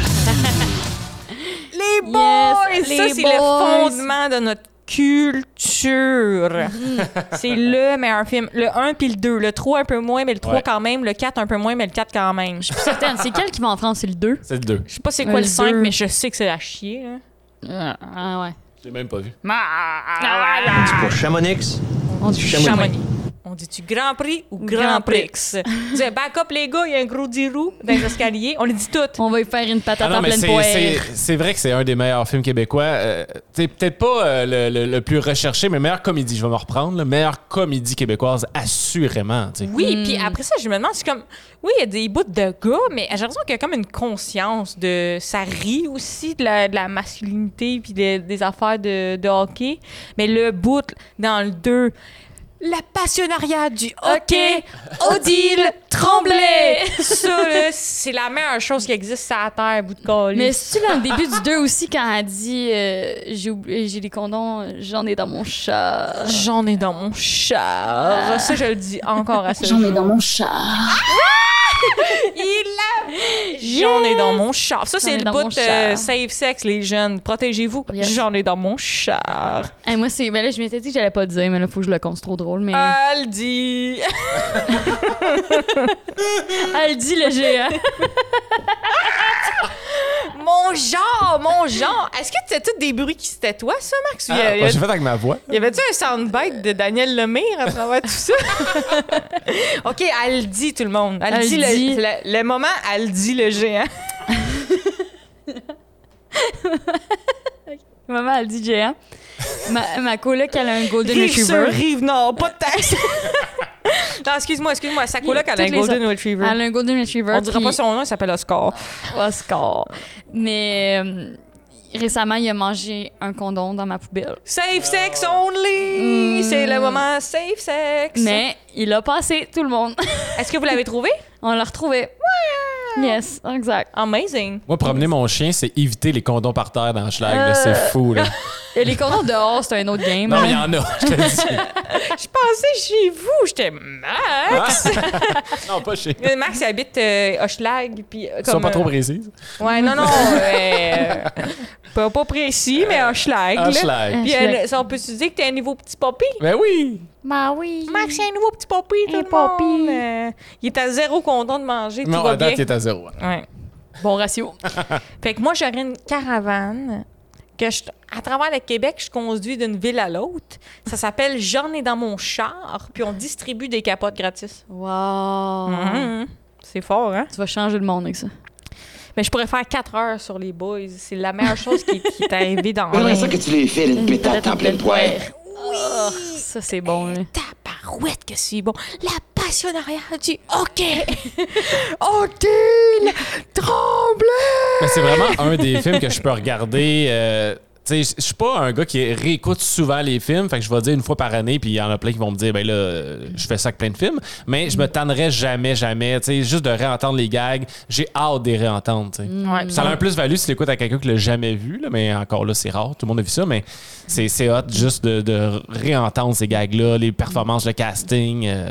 [SPEAKER 1] les
[SPEAKER 2] Yes,
[SPEAKER 1] ça,
[SPEAKER 2] les
[SPEAKER 1] c'est le
[SPEAKER 2] boys.
[SPEAKER 1] fondement de notre culture. c'est le meilleur film. Le 1 puis le 2. Le 3 un peu moins, mais le 3
[SPEAKER 3] Ouais.
[SPEAKER 1] quand même. Le 4 un peu moins, mais le 4 quand même. Je
[SPEAKER 2] Je suis certaine. C'est quel qui va en France? C'est le 2?
[SPEAKER 3] C'est le deux.
[SPEAKER 1] je sais pas c'est
[SPEAKER 2] Euh,
[SPEAKER 1] quoi le
[SPEAKER 2] le
[SPEAKER 1] 5,
[SPEAKER 2] deux.
[SPEAKER 1] mais je sais que c'est à chier. hein.
[SPEAKER 2] Ah ouais. Ah,
[SPEAKER 3] Je l'ai même pas vu. Ah,
[SPEAKER 5] Pour Chamonix,
[SPEAKER 2] On dit
[SPEAKER 5] Chamonix.
[SPEAKER 1] Chamonix. On dit-tu Grand Prix ou Grand
[SPEAKER 2] Grand
[SPEAKER 1] Prix?
[SPEAKER 2] Prix.
[SPEAKER 1] Tu dis, back up les gars, il y a un gros 10 roues dans les escaliers. On les dit toutes.
[SPEAKER 2] On va y faire une patate
[SPEAKER 3] Ah non,
[SPEAKER 2] en
[SPEAKER 3] mais
[SPEAKER 2] pleine
[SPEAKER 3] c'est-
[SPEAKER 2] poire.
[SPEAKER 3] c'est c'est vrai que c'est un des meilleurs films québécois. Euh, c'est peut-être pas euh, le, le- le plus recherché, mais meilleure comédie, je vais me reprendre. là. meilleure comédie québécoise, assurément. tu sais.
[SPEAKER 1] Oui, puis après ça, je me demande, c'est comme, oui, il y a des bouts de gars, mais j'ai l'impression qu'il y a comme une conscience de. Ça rit aussi de la, de la masculinité puis de- des affaires de, de hockey. Mais le bout dans le 2, la passionnariat du hockey, Odile Tremblay. ça, là, c'est la meilleure chose qui existe sur la terre, bout de colis.
[SPEAKER 2] Mais c'est-tu dans le début du 2 aussi quand elle dit euh, j'ai oublié- j'ai des condoms, j'en ai dans mon chat.
[SPEAKER 1] J'en ai dans mon
[SPEAKER 2] Ah.
[SPEAKER 1] char. Ça, je le dis encore à ce
[SPEAKER 4] J'en ai
[SPEAKER 1] jour. Ah!
[SPEAKER 4] dans mon chat.
[SPEAKER 1] Il l'a! J'en ai dans mon char. Ça,
[SPEAKER 2] J'en
[SPEAKER 1] c'est
[SPEAKER 2] ai
[SPEAKER 1] le
[SPEAKER 2] dans mon
[SPEAKER 1] bout euh,
[SPEAKER 2] char.
[SPEAKER 1] save sex, les jeunes. Protégez-vous.
[SPEAKER 2] Yes.
[SPEAKER 1] J'en ai dans mon char.
[SPEAKER 2] Hey, moi c'est ben là je m'étais dit que j'allais pas le dire mais là faut que je le compte c'est trop drôle mais
[SPEAKER 1] Elle dit.
[SPEAKER 2] elle dit le géant.
[SPEAKER 1] Mon genre, mon genre. Est-ce que c'était tout des bruits qui se toi, ça, Max? Ou
[SPEAKER 3] Ah,
[SPEAKER 1] y a- y a-
[SPEAKER 3] bah, J'ai fait avec ma voix.
[SPEAKER 1] y avait-tu un soundbite de Daniel Lemire à travers tout ça? OK, elle dit, tout le monde. Elle,
[SPEAKER 2] Elle
[SPEAKER 1] dit, le-
[SPEAKER 2] dit.
[SPEAKER 1] Le, le moment, elle dit le géant.
[SPEAKER 2] Maman, elle dit géant. Ma, ma coloc, elle a un Golden
[SPEAKER 1] rive sur
[SPEAKER 2] Retriever.
[SPEAKER 1] rive nord, pas de taxe. non, excuse-moi, excuse-moi. Sa coloc, elle a un
[SPEAKER 2] Toutes les
[SPEAKER 1] Golden Retriever.
[SPEAKER 2] Elle a un Golden Retriever.
[SPEAKER 1] On dira
[SPEAKER 2] puis-
[SPEAKER 1] pas son nom, il s'appelle Oscar.
[SPEAKER 2] Oscar. Mais euh, récemment, il a mangé un condom dans ma poubelle.
[SPEAKER 1] Safe sex only!
[SPEAKER 2] Mm.
[SPEAKER 1] C'est le moment safe sex.
[SPEAKER 2] Mais il a passé tout le monde.
[SPEAKER 1] Est-ce que vous l'avez trouvé?
[SPEAKER 2] On l'a retrouvé. Yes, exact.
[SPEAKER 1] Amazing.
[SPEAKER 3] Moi, promener mon chien, c'est éviter les condoms par terre dans Schlag. là. C'est
[SPEAKER 1] Euh.
[SPEAKER 3] fou, là.
[SPEAKER 2] Et les condoms dehors, c'est un autre game. hein.
[SPEAKER 3] Non, mais il y en a, je te le dis.
[SPEAKER 1] Je passais chez vous, j'étais Max.
[SPEAKER 3] Ah, non, pas chez...
[SPEAKER 1] Mais Ah. Max il habite euh, Hochelag, puis euh,
[SPEAKER 3] Ils sont
[SPEAKER 1] comme,
[SPEAKER 3] pas trop
[SPEAKER 1] euh,
[SPEAKER 3] précises.
[SPEAKER 1] Ouais, non, non. euh, pas, pas précis, mais Hochelag. là.
[SPEAKER 3] Ah, Schlag.
[SPEAKER 1] Puis
[SPEAKER 2] Hochelag.
[SPEAKER 1] euh, ça, on peut se dire que t'es un nouveau petit papy.
[SPEAKER 3] Ben oui!
[SPEAKER 2] Bah oui.
[SPEAKER 1] Max, c'est un nouveau petit papy, tout
[SPEAKER 2] Un
[SPEAKER 1] le
[SPEAKER 2] papy.
[SPEAKER 1] monde. Euh, il est à zéro content de manger, tout
[SPEAKER 3] Non,
[SPEAKER 1] va
[SPEAKER 3] à date,
[SPEAKER 1] bien.
[SPEAKER 3] il est à zéro. hein.
[SPEAKER 1] Ouais.
[SPEAKER 2] Bon ratio.
[SPEAKER 1] Fait que moi, j'aurais une caravane que je, à travers le Québec, je conduis d'une ville à l'autre. Ça s'appelle J'en ai dans mon char, puis on distribue des capotes gratis.
[SPEAKER 2] Wow.
[SPEAKER 1] Mhm. C'est fort, hein?
[SPEAKER 2] Tu vas changer le monde avec ça.
[SPEAKER 1] Mais je pourrais faire 4 heures sur les boys. C'est la meilleure chose qui, qui t'est arrivée dans
[SPEAKER 6] J'aimerais ça que tu les files une pétate en pleine poire.
[SPEAKER 2] Ça, c'est bon. là.
[SPEAKER 1] Tabarouette que c'est bon. La passionnariat du hockey. Odile Tremblay.
[SPEAKER 3] Mais c'est vraiment un des films que je peux regarder. euh, tu sais, je suis pas un gars qui réécoute souvent les films, fait que je vais dire une fois par année, puis il y en a plein qui vont me dire, ben là, euh, je fais ça avec plein de films, mais je me tannerai jamais, jamais, tu sais, juste de réentendre les gags, j'ai hâte de les réentendre, tu sais. Puis Ça a un plus-value si tu l'écoutes à quelqu'un qui l'a jamais vu, là, mais encore là, c'est rare, tout le monde a vu ça, mais c'est c'est hot juste de, de réentendre ces gags-là, les performances, le casting. euh.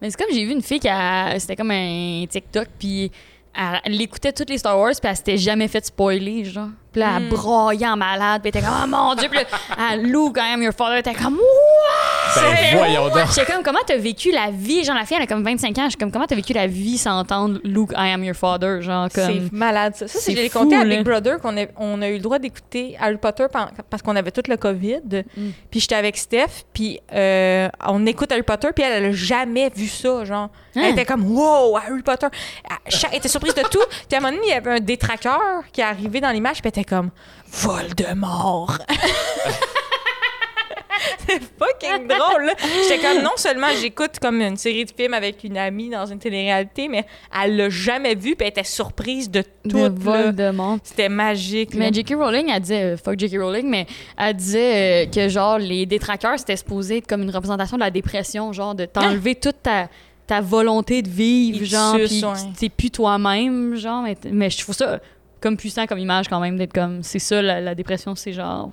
[SPEAKER 2] Mais c'est comme j'ai vu une fille qui a- c'était comme un TikTok puis elle, elle écoutait toutes les Star Wars puis elle s'était jamais fait spoiler genre. Puis là,
[SPEAKER 1] Hmm.
[SPEAKER 2] elle broyait en malade, puis elle était comme oh mon dieu, puis là, elle loue quand même your father, elle était comme What?
[SPEAKER 3] Ben voyons donc!
[SPEAKER 2] J'étais comme comment t'as vécu la vie, genre la fille elle a comme 25 ans, je suis comme comment t'as vécu la vie sans entendre Luke I am your father, genre comme
[SPEAKER 1] C'est malade, ça. Ça, c'est
[SPEAKER 2] C'est
[SPEAKER 1] je l'ai
[SPEAKER 2] fou,
[SPEAKER 1] compté à
[SPEAKER 2] là.
[SPEAKER 1] Big Brother qu'on a, on a eu le droit d'écouter Harry Potter pen- parce qu'on avait tout le COVID.
[SPEAKER 2] Mm.
[SPEAKER 1] Puis j'étais avec Steph, puis euh, on écoute Harry Potter, puis elle, elle a jamais vu ça, genre.
[SPEAKER 2] Hein?
[SPEAKER 1] Elle était comme « Wow, Harry Potter! » Elle cha- elle était surprise de tout. Puis à un moment donné, il y avait un détraqueur qui est arrivé dans l'image, puis elle était comme « Voldemort! » C'est fucking drôle, là. J'étais comme, non seulement j'écoute comme une série de films avec une amie dans une télé-réalité, mais elle l'a jamais vu, puis elle était surprise de tout,
[SPEAKER 2] de
[SPEAKER 1] là.
[SPEAKER 2] Voldemort.
[SPEAKER 1] C'était magique, là.
[SPEAKER 2] Mais J.K. Rowling, elle disait, euh, fuck J.K. Rowling, mais elle disait euh, que genre les détraqueurs, c'était supposé être comme une représentation de la dépression, genre de t'enlever toute ta, ta volonté de vivre,
[SPEAKER 1] Ils te
[SPEAKER 2] genre,
[SPEAKER 1] sucent,
[SPEAKER 2] puis
[SPEAKER 1] ouais.
[SPEAKER 2] t'es plus toi-même, genre, mais, t- mais je trouve ça comme puissant comme image quand même, d'être comme, c'est ça, la, la dépression, c'est genre...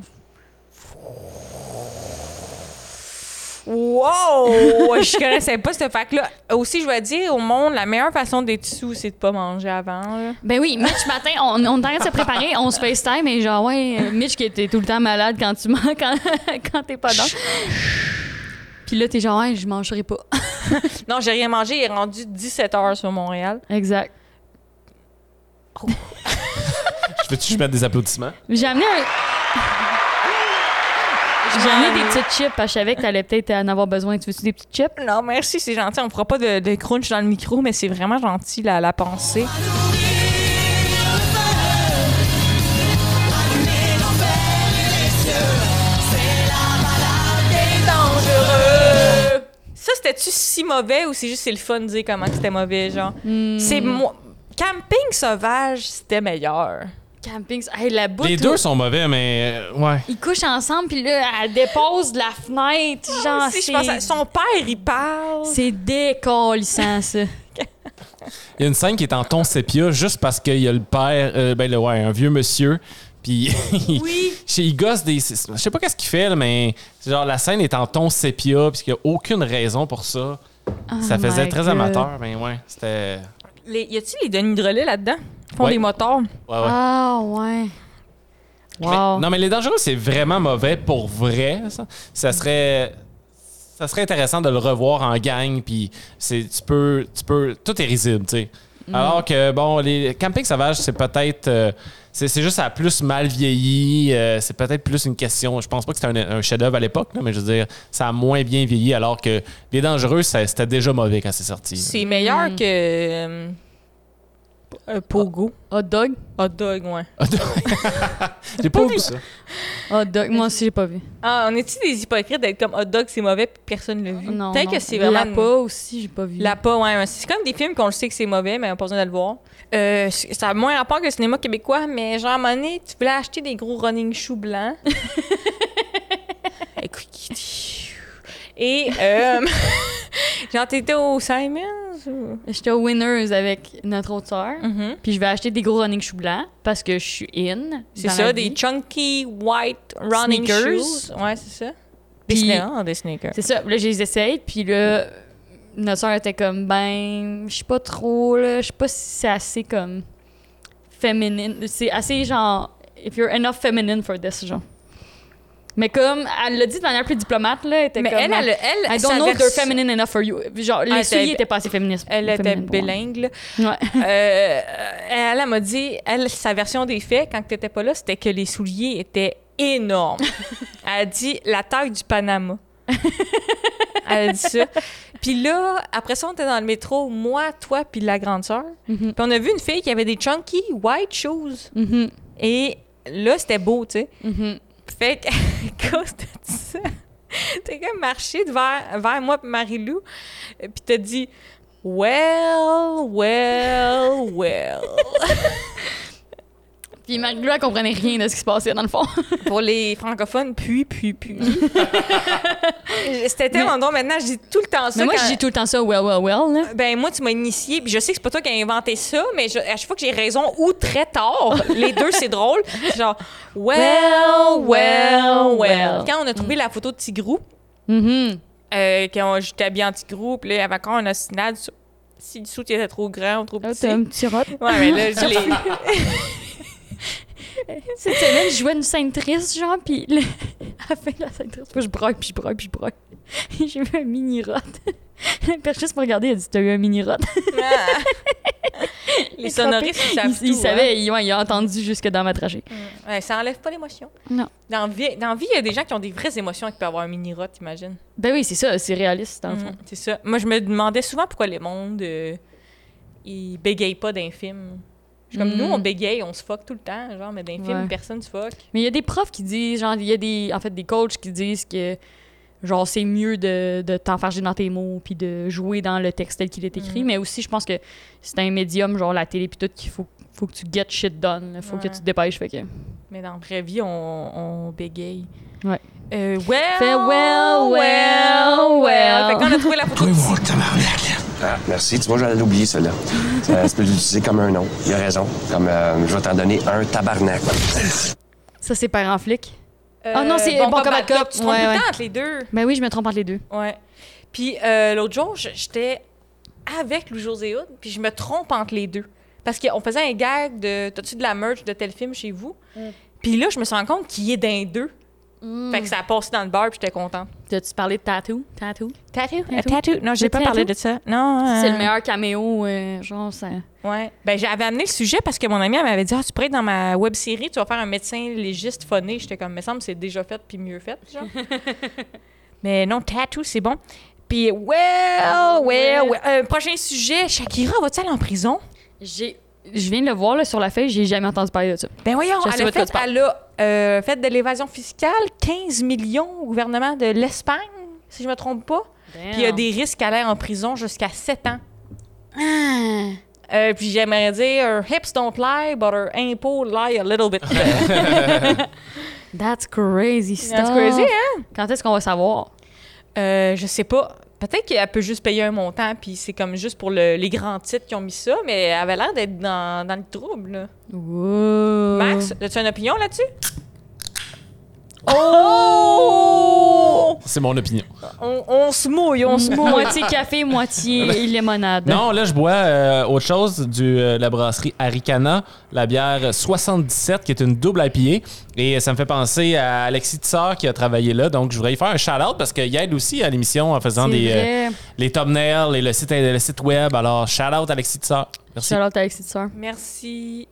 [SPEAKER 1] Wow! je connaissais pas ce fac-là. Aussi, je vais dire au monde, la meilleure façon d'être sous, c'est de pas manger avant, là.
[SPEAKER 2] Ben oui, Mitch, matin, on, on t'arrête de se préparer, on se FaceTime, et genre, ouais, euh, Mitch qui était tout le temps malade quand tu manges, quand, quand t'es pas dans... Puis là, t'es genre, ouais, je mangerai pas.
[SPEAKER 1] Non, j'ai rien mangé, il est rendu 17h sur Montréal.
[SPEAKER 2] Exact.
[SPEAKER 3] Je Veux-tu que je mette des applaudissements?
[SPEAKER 2] J'ai amené un... J'ai amené des petites chips parce que je savais que t'allais peut-être en avoir besoin. Tu veux-tu des petites chips?
[SPEAKER 1] Non, merci, c'est gentil. On fera pas de, de crunch dans le micro, mais c'est vraiment gentil, la, la pensée. Ça, c'était-tu si mauvais ou c'est juste c'est le fun de dire comment que c'était mauvais, genre?
[SPEAKER 2] Hmm.
[SPEAKER 1] C'est moi. Camping sauvage, c'était meilleur.
[SPEAKER 2] Camping, hey, la boute.
[SPEAKER 3] Les
[SPEAKER 2] là,
[SPEAKER 3] deux sont mauvais, mais euh, ouais.
[SPEAKER 2] Ils couchent ensemble, puis là, elle dépose de la fenêtre. Genre,
[SPEAKER 1] Si, je pense à-
[SPEAKER 2] Ah, c'est...
[SPEAKER 1] Son père, il parle.
[SPEAKER 2] C'est décollissant, ça.
[SPEAKER 3] Il y a une scène qui est en ton sépia juste parce qu'il y a le père, euh, ben le, ouais, un vieux monsieur, puis il- il, gosse des. Je sais pas qu'est-ce qu'il fait, là, mais c'est genre la scène est en ton sépia, puisqu'il n'y a aucune raison pour ça. ça
[SPEAKER 2] Oh
[SPEAKER 3] faisait
[SPEAKER 2] my
[SPEAKER 3] très
[SPEAKER 2] God.
[SPEAKER 3] amateur, mais ouais, c'était.
[SPEAKER 1] Les, y a-tu les Denis Drolet là-dedans? Ils font
[SPEAKER 3] Ouais.
[SPEAKER 1] des motards.
[SPEAKER 3] Ouais, ouais.
[SPEAKER 2] Ah, ouais.
[SPEAKER 3] Mais-
[SPEAKER 2] Wow.
[SPEAKER 3] non, mais Les Dangereux, c'est vraiment mauvais pour vrai. Ça, Ça serait. Ça serait intéressant de le revoir en gang, puis c'est tu peux tu peux tout est risible, tu sais. Alors que bon, les campings sauvages, c'est peut-être euh, c'est c'est juste ça a plus mal vieilli, euh, c'est peut-être plus une question. Je pense pas que c'était un, un chef-d'œuvre à l'époque, là, mais je veux dire, ça a moins bien vieilli. Alors que
[SPEAKER 2] Hmm.
[SPEAKER 3] les dangereux, ça- c'était déjà mauvais quand c'est sorti.
[SPEAKER 1] C'est meilleur que. euh, Euh, Pogo.
[SPEAKER 2] Hot dog?
[SPEAKER 1] Hot dog, ouais.
[SPEAKER 3] J'ai pas vu ça.
[SPEAKER 2] Hot dog. Moi aussi, j'ai pas vu.
[SPEAKER 1] Ah, on est-tu des hypocrites d'être comme hot dog, c'est mauvais, puis personne ne l'a vu?
[SPEAKER 2] Non.
[SPEAKER 1] Peut-être
[SPEAKER 2] non.
[SPEAKER 1] que c'est vraiment.
[SPEAKER 2] La
[SPEAKER 1] une-
[SPEAKER 2] pas aussi, j'ai pas vu.
[SPEAKER 1] La pas, ouais. ouais. C'est comme des films qu'on le sait que c'est mauvais, mais on n'a pas besoin de le voir. Euh, c- ça a moins rapport que le cinéma québécois, mais genre, à un moment donné, tu voulais acheter des gros running shoes blancs. Et, euh, genre, t'étais au Simons? ou-
[SPEAKER 2] J'étais au Winners avec notre autre sœur.
[SPEAKER 1] Mhm.
[SPEAKER 2] Puis je vais acheter des gros running shoes blancs parce que je suis in.
[SPEAKER 1] C'est
[SPEAKER 2] dans
[SPEAKER 1] ça,
[SPEAKER 2] la
[SPEAKER 1] des
[SPEAKER 2] vie.
[SPEAKER 1] chunky white running
[SPEAKER 2] Sneakers.
[SPEAKER 1] shoes. Ouais, c'est ça. Des
[SPEAKER 2] Puis-
[SPEAKER 1] sneakers, des sneakers.
[SPEAKER 2] C'est ça. Là, je les essaye. Puis là, notre soeur était comme, ben, je sais pas trop, là. Je sais pas si c'est assez comme féminine. C'est assez genre, if you're enough feminine for this, genre. Mais comme, elle l'a dit de manière plus diplomate, là. Elle était
[SPEAKER 1] Mais
[SPEAKER 2] comme,
[SPEAKER 1] elle, elle, elle,
[SPEAKER 2] I don't
[SPEAKER 1] sa
[SPEAKER 2] know if they're
[SPEAKER 1] version-
[SPEAKER 2] feminine enough for you. Genre, les
[SPEAKER 1] était-
[SPEAKER 2] souliers étaient pas assez féministes.
[SPEAKER 1] Elle était
[SPEAKER 2] féminines pour moi.
[SPEAKER 1] bilingue, là.
[SPEAKER 2] Ouais.
[SPEAKER 1] Euh, elle, elle m'a dit, elle, sa version des faits, quand tu n'étais pas là, c'était que les souliers étaient énormes. elle a dit la taille du Panama. elle a dit ça. Puis là, après ça, on était dans le métro, moi, toi, puis la grande sœur.
[SPEAKER 2] Mhm.
[SPEAKER 1] Puis on a vu une fille qui avait des chunky white shoes.
[SPEAKER 2] Mhm,
[SPEAKER 1] Et là, c'était beau, tu sais.
[SPEAKER 2] mhm.
[SPEAKER 1] Fait que, à cause de ça, t'es comme marché de vers, vers moi et Marie-Lou, euh, puis t'as dit Well, well, well.
[SPEAKER 2] Puis Marie-Lou, elle comprenait rien de ce qui se passait, dans le fond.
[SPEAKER 1] Pour les francophones, puis, puis, puis. C'était tellement drôle. Maintenant, je dis tout le temps ça.
[SPEAKER 2] Mais moi,
[SPEAKER 1] quand-
[SPEAKER 2] je dis tout le temps ça, well, well, well, là.
[SPEAKER 1] Ben, moi, tu m'as initié, puis je sais que c'est pas toi qui as inventé ça, mais je- à chaque fois que j'ai raison ou très tard, les deux, c'est drôle. Genre, well, well, well. Quand on a trouvé la photo de Tigrou,
[SPEAKER 2] Mhm.
[SPEAKER 1] euh, quand j'étais habillée en petit groupe, là, avant quand on a sinade, si le soutien était trop grand ou trop
[SPEAKER 2] Ah,
[SPEAKER 1] petit.
[SPEAKER 2] t'as un petit rot.
[SPEAKER 1] ouais, mais là, je l'ai.
[SPEAKER 2] Cette semaine, je jouais une ceintrice, genre, puis le... à la fin de la ceintrice, moi, je brogue, puis je brogue, puis je brogue. Et J'ai vu un mini-rot. La perchiste m'a regardé, elle a dit T'as eu un mini-rot.
[SPEAKER 1] Ah. Les sonoristes, ils savent
[SPEAKER 2] Il, il
[SPEAKER 1] tout,
[SPEAKER 2] savait, il, ouais, il a entendu jusque dans ma trachée.
[SPEAKER 1] hein. Ouais, ça enlève pas l'émotion.
[SPEAKER 2] Non.
[SPEAKER 1] Dans vie, dans vie, il y a des gens qui ont des vraies émotions et qui peuvent avoir un mini-rot, imagine.
[SPEAKER 2] Ben oui, c'est ça, c'est réaliste, dans le
[SPEAKER 1] Mhm,
[SPEAKER 2] fond.
[SPEAKER 1] C'est ça. Moi, je me demandais souvent pourquoi les mondes, euh, ils bégayent pas d'infime. Je suis comme,
[SPEAKER 2] Mm.
[SPEAKER 1] nous, on bégaye, on se fuck tout le temps, genre, mais d'infime,
[SPEAKER 2] Ouais.
[SPEAKER 1] personne se fuck.
[SPEAKER 2] Mais il y a des profs qui disent, genre, il y a des, en fait, des coachs qui disent que, genre, c'est mieux de, de t'enfarger dans tes mots puis de jouer dans le texte tel qu'il est écrit. Mais aussi, je pense que c'est un médium, genre la télé puis tout, qu'il faut, faut que tu get shit done. là. Faut
[SPEAKER 1] Ouais.
[SPEAKER 2] que tu te dépêches. Fait que.
[SPEAKER 1] Mais dans la vraie vie, on, on bégaye.
[SPEAKER 2] Ouais.
[SPEAKER 1] Euh, well,
[SPEAKER 2] Fait well, well, well.
[SPEAKER 1] Fait qu'on a trouvé la photo
[SPEAKER 5] Toi,
[SPEAKER 1] de
[SPEAKER 5] mon tabarnak, là.
[SPEAKER 7] Ah, merci. Tu vois, j'allais l'oublier, celle-là. Euh, tu peux l'utiliser comme un nom. Il a raison. Comme, euh, je vais t'en donner un tabarnak.
[SPEAKER 2] Ça, c'est parent flic.
[SPEAKER 1] Euh,
[SPEAKER 2] Ah non, c'est Bon Cop, Bad Cop.
[SPEAKER 1] Tu te trompes
[SPEAKER 2] Ouais,
[SPEAKER 1] tout le
[SPEAKER 2] ouais.
[SPEAKER 1] temps entre les deux.
[SPEAKER 2] Ben oui, je me trompe entre les deux.
[SPEAKER 1] Ouais. Puis euh, l'autre jour, j- j'étais avec Louis-José Hood, puis je me trompe entre les deux. Parce qu'on faisait un gag de « T'as-tu de la merch de tel film chez vous?
[SPEAKER 2] Mm.
[SPEAKER 1] Puis là, je me suis rendu compte qu'il est d'un deux. Fait que ça a passé dans le bar, puis j'étais contente.
[SPEAKER 2] T'as-tu parlé de tattoo? Tattoo?
[SPEAKER 1] Tattoo?
[SPEAKER 2] Euh,
[SPEAKER 1] Non,
[SPEAKER 2] j'ai pas parlé de
[SPEAKER 1] ça. Non.
[SPEAKER 2] C'est le meilleur caméo, euh, genre, ça.
[SPEAKER 1] Ouais. Ben, j'avais amené le sujet parce que mon amie elle m'avait dit Ah, tu pourrais être dans ma web série, tu vas faire un médecin légiste phoné. J'étais comme, me semble, que c'est déjà fait puis mieux fait. genre. Mais non, tattoo, c'est bon. Puis, well, well, well. Euh, prochain sujet Shakira, va-t-elle en prison
[SPEAKER 2] J'ai. Je viens de le voir là, sur la feuille, j'ai jamais entendu parler de ça.
[SPEAKER 1] Ben voyons,
[SPEAKER 2] Je sais
[SPEAKER 1] elle
[SPEAKER 2] pas
[SPEAKER 1] a,
[SPEAKER 2] de quoi
[SPEAKER 1] fait,
[SPEAKER 2] tu parles.
[SPEAKER 1] elle a, euh, fait de l'évasion fiscale, 15 millions au gouvernement de l'Espagne, si je me trompe pas. Puis il y a des risques à l'air en prison jusqu'à 7 ans. Euh, puis j'aimerais dire, her hips don't lie, but her impôts lie a little bit.
[SPEAKER 2] That's crazy stuff.
[SPEAKER 1] That's crazy, hein?
[SPEAKER 2] Quand est-ce qu'on va savoir?
[SPEAKER 1] Euh, je sais pas. Peut-être qu'elle peut juste payer un montant, puis c'est comme juste pour le- les grands titres qui ont mis ça, mais elle avait l'air d'être dans, dans le trouble. là.
[SPEAKER 2] Wow.
[SPEAKER 1] Max, as-tu une opinion là-dessus? Oh!
[SPEAKER 3] C'est mon opinion.
[SPEAKER 1] On, on se mouille, on se mouille.
[SPEAKER 2] moitié café, moitié limonade.
[SPEAKER 3] Non, là, je bois euh, autre chose du, euh, de la brasserie Aricana, la bière 77, qui est une double IPA. Et ça me fait penser à Alexis Tissard qui a travaillé là. Donc, je voudrais y faire un shout-out parce qu'il aide aussi à l'émission en faisant
[SPEAKER 2] C'est
[SPEAKER 3] des,
[SPEAKER 2] vrai.
[SPEAKER 3] euh, les thumbnails et euh, le site, le site web. Alors, shout-out Alexis Tissard. Merci.
[SPEAKER 2] Shout out à Alexis de Sœur.
[SPEAKER 1] Merci.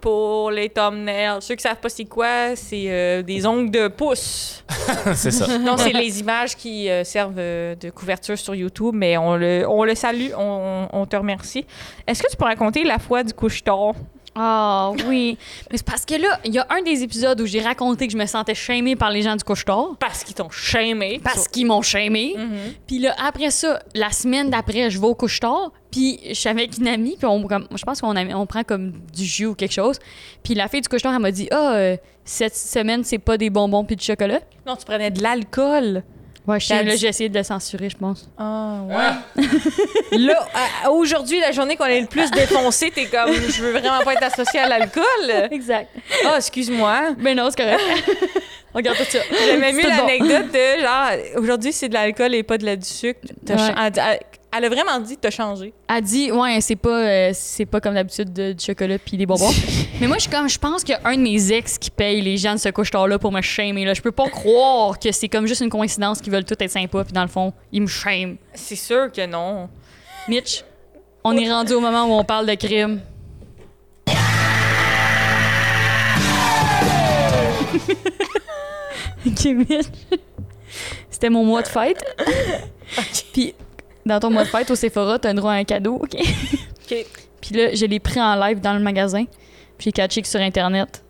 [SPEAKER 1] pour les thumbnails. Ceux qui savent pas c'est quoi, c'est euh, des ongles de pouce.
[SPEAKER 3] c'est ça.
[SPEAKER 1] Non, c'est les images qui euh, servent euh, de couverture sur YouTube, mais on le, on le salue, on, on te remercie. Est-ce que tu peux raconter la fois du couche-ton?
[SPEAKER 2] Ah oui. Mais c'est parce que là, il y a un des épisodes où j'ai raconté que je me sentais shamée par les gens du couche-tard.
[SPEAKER 1] Parce qu'ils t'ont shamé.
[SPEAKER 2] Parce qu'ils m'ont shamée. Puis là, après ça, la semaine d'après, je vais au couche-tard. Puis je suis avec une amie. Puis on, comme- je pense qu'on avait- on prend comme du jus ou quelque chose. Puis la fille du couche-tard, elle m'a dit Ah, euh, cette semaine, c'est pas des bonbons puis du chocolat.
[SPEAKER 1] Non, tu prenais de l'alcool.
[SPEAKER 2] Ouais, je sais,
[SPEAKER 1] T'as
[SPEAKER 2] là,
[SPEAKER 1] dit-
[SPEAKER 2] j'ai essayé de le censurer, je pense.
[SPEAKER 1] Ah, ouais. Là, à- aujourd'hui, la journée qu'on est le plus défoncé, t'es comme, je veux vraiment pas être associé à l'alcool.
[SPEAKER 2] Exact.
[SPEAKER 1] Ah, excuse-moi.
[SPEAKER 2] Mais non, c'est correct. on garde tout ça.
[SPEAKER 1] J'aimais
[SPEAKER 2] C'est
[SPEAKER 1] mieux
[SPEAKER 2] tout bon.
[SPEAKER 1] l'anecdote de genre, aujourd'hui, c'est de l'alcool et pas de la du sucre. T'as
[SPEAKER 2] Ouais.
[SPEAKER 1] cha- elle, dit- elle- elle a vraiment dit, t'as changé.
[SPEAKER 2] Elle dit, ouais, c'est pas, euh, c'est pas comme d'habitude de- du chocolat puis des bonbons. Mais moi, je suis comme, je pense qu'il y a un de mes ex qui paye les gens de ce couche-tard-là pour me shamer. Là. Je peux pas croire que c'est comme juste une coïncidence qu'ils veulent tout être sympas puis dans le fond, ils me shame.
[SPEAKER 1] C'est sûr que non.
[SPEAKER 2] Mitch, on est rendu au moment où on parle de crime. ok, Mitch. C'était mon mois de fête. Puis, dans ton mois de fête au Sephora, t'as droit à un cadeau, ok?
[SPEAKER 1] OK.
[SPEAKER 2] Puis là, je l'ai pris en live dans le magasin. Puis j'ai catché que sur Internet,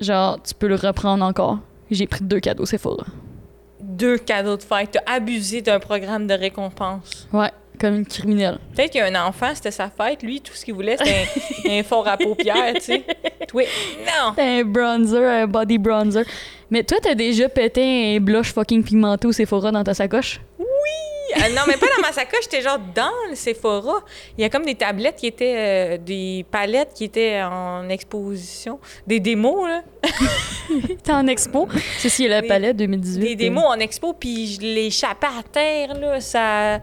[SPEAKER 2] genre, tu peux le reprendre encore. J'ai pris deux cadeaux Sephora.
[SPEAKER 1] Deux cadeaux de fête. T'as abusé d'un programme de récompense.
[SPEAKER 2] Ouais, comme une criminelle.
[SPEAKER 1] Peut-être qu'il y a un enfant, c'était sa fête. Lui, tout ce qu'il voulait, c'était un, un fort à paupières, tu sais. Toi, non!
[SPEAKER 2] T'as un bronzer, un body bronzer. Mais toi, t'as déjà pété un blush fucking pigmenté au Sephora dans ta sacoche?
[SPEAKER 1] Euh, non, mais pas dans ma sacoche, j'étais genre dans le Sephora. Il y a comme des tablettes qui étaient, euh, des palettes qui étaient en exposition, des démos, là.
[SPEAKER 2] T'es en expo? Ceci est la
[SPEAKER 1] Des-
[SPEAKER 2] palette 2018.
[SPEAKER 1] des démos en expo, puis je l'échappais à terre, là, ça...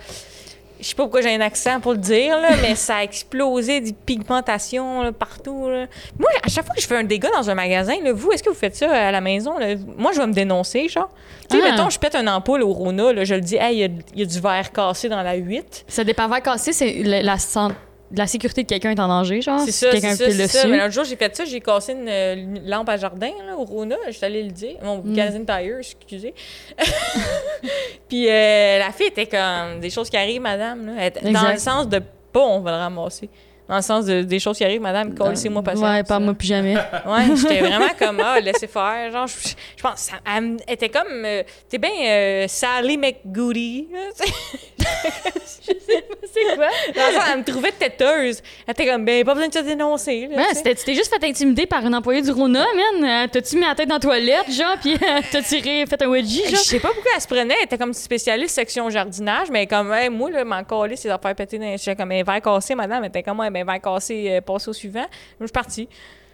[SPEAKER 1] Je sais pas pourquoi j'ai un accent pour le dire, là, mais ça a explosé des pigmentations là, partout. là. Moi, à chaque fois que je fais un dégât dans un magasin, là, vous, est-ce que vous faites ça à la maison? là? Moi, je vais me dénoncer, genre. Tu sais,
[SPEAKER 2] Ah.
[SPEAKER 1] mettons, je pète une ampoule au Rona, là, je le dis, hey, il y a- il y, a du verre cassé dans la 8.
[SPEAKER 2] Ça dépend vers casser, c'est la, la, san- la sécurité de quelqu'un est en danger, genre.
[SPEAKER 1] C'est
[SPEAKER 2] si
[SPEAKER 1] ça, c'est
[SPEAKER 2] quelqu'un
[SPEAKER 1] ça,
[SPEAKER 2] pile
[SPEAKER 1] c'est ça.
[SPEAKER 2] dessus.
[SPEAKER 1] Mais l'autre jour, j'ai fait ça, j'ai cassé une, euh, une lampe à jardin là, au Rona, je suis allée le dire, mon
[SPEAKER 2] Mm.
[SPEAKER 1] magazine Tire, excusez. Puis euh, la fille était comme des choses qui arrivent, madame, là. Elle était- dans
[SPEAKER 2] Exact.
[SPEAKER 1] le sens de pas on va le ramasser. Dans le sens de, des choses qui arrivent, madame, colle, c'est moi passer.
[SPEAKER 2] Ouais, pas moi plus jamais.
[SPEAKER 1] Ouais, j'étais vraiment comme, ah, laissez faire. Genre, je, je pense, ça, elle me- elle était comme, euh, t'es bien euh, Sally McGoody. là, tu sais.
[SPEAKER 2] c'est quoi?
[SPEAKER 1] Dans le sens, elle me trouvait têteuse. Elle était comme, ben, pas besoin de te dénoncer. là, tu
[SPEAKER 2] Ouais,
[SPEAKER 1] sais.
[SPEAKER 2] c'était- tu t'es juste fait intimider par un employé du Rona, man. Euh, T'as-tu mis la tête dans la toilette, genre, puis euh, t'as tiré, fait un wedgie,
[SPEAKER 1] Je
[SPEAKER 2] genre?
[SPEAKER 1] sais pas pourquoi elle se prenait. Elle était comme spécialiste section jardinage, mais comme, hey, moi, là, m'en coller, c'est d'en faire péter dans les J'étais comme, un verre cassé, madame. Elle était comme, ouais, ben, verre cassé, euh, passe au suivant. Moi, je suis partie.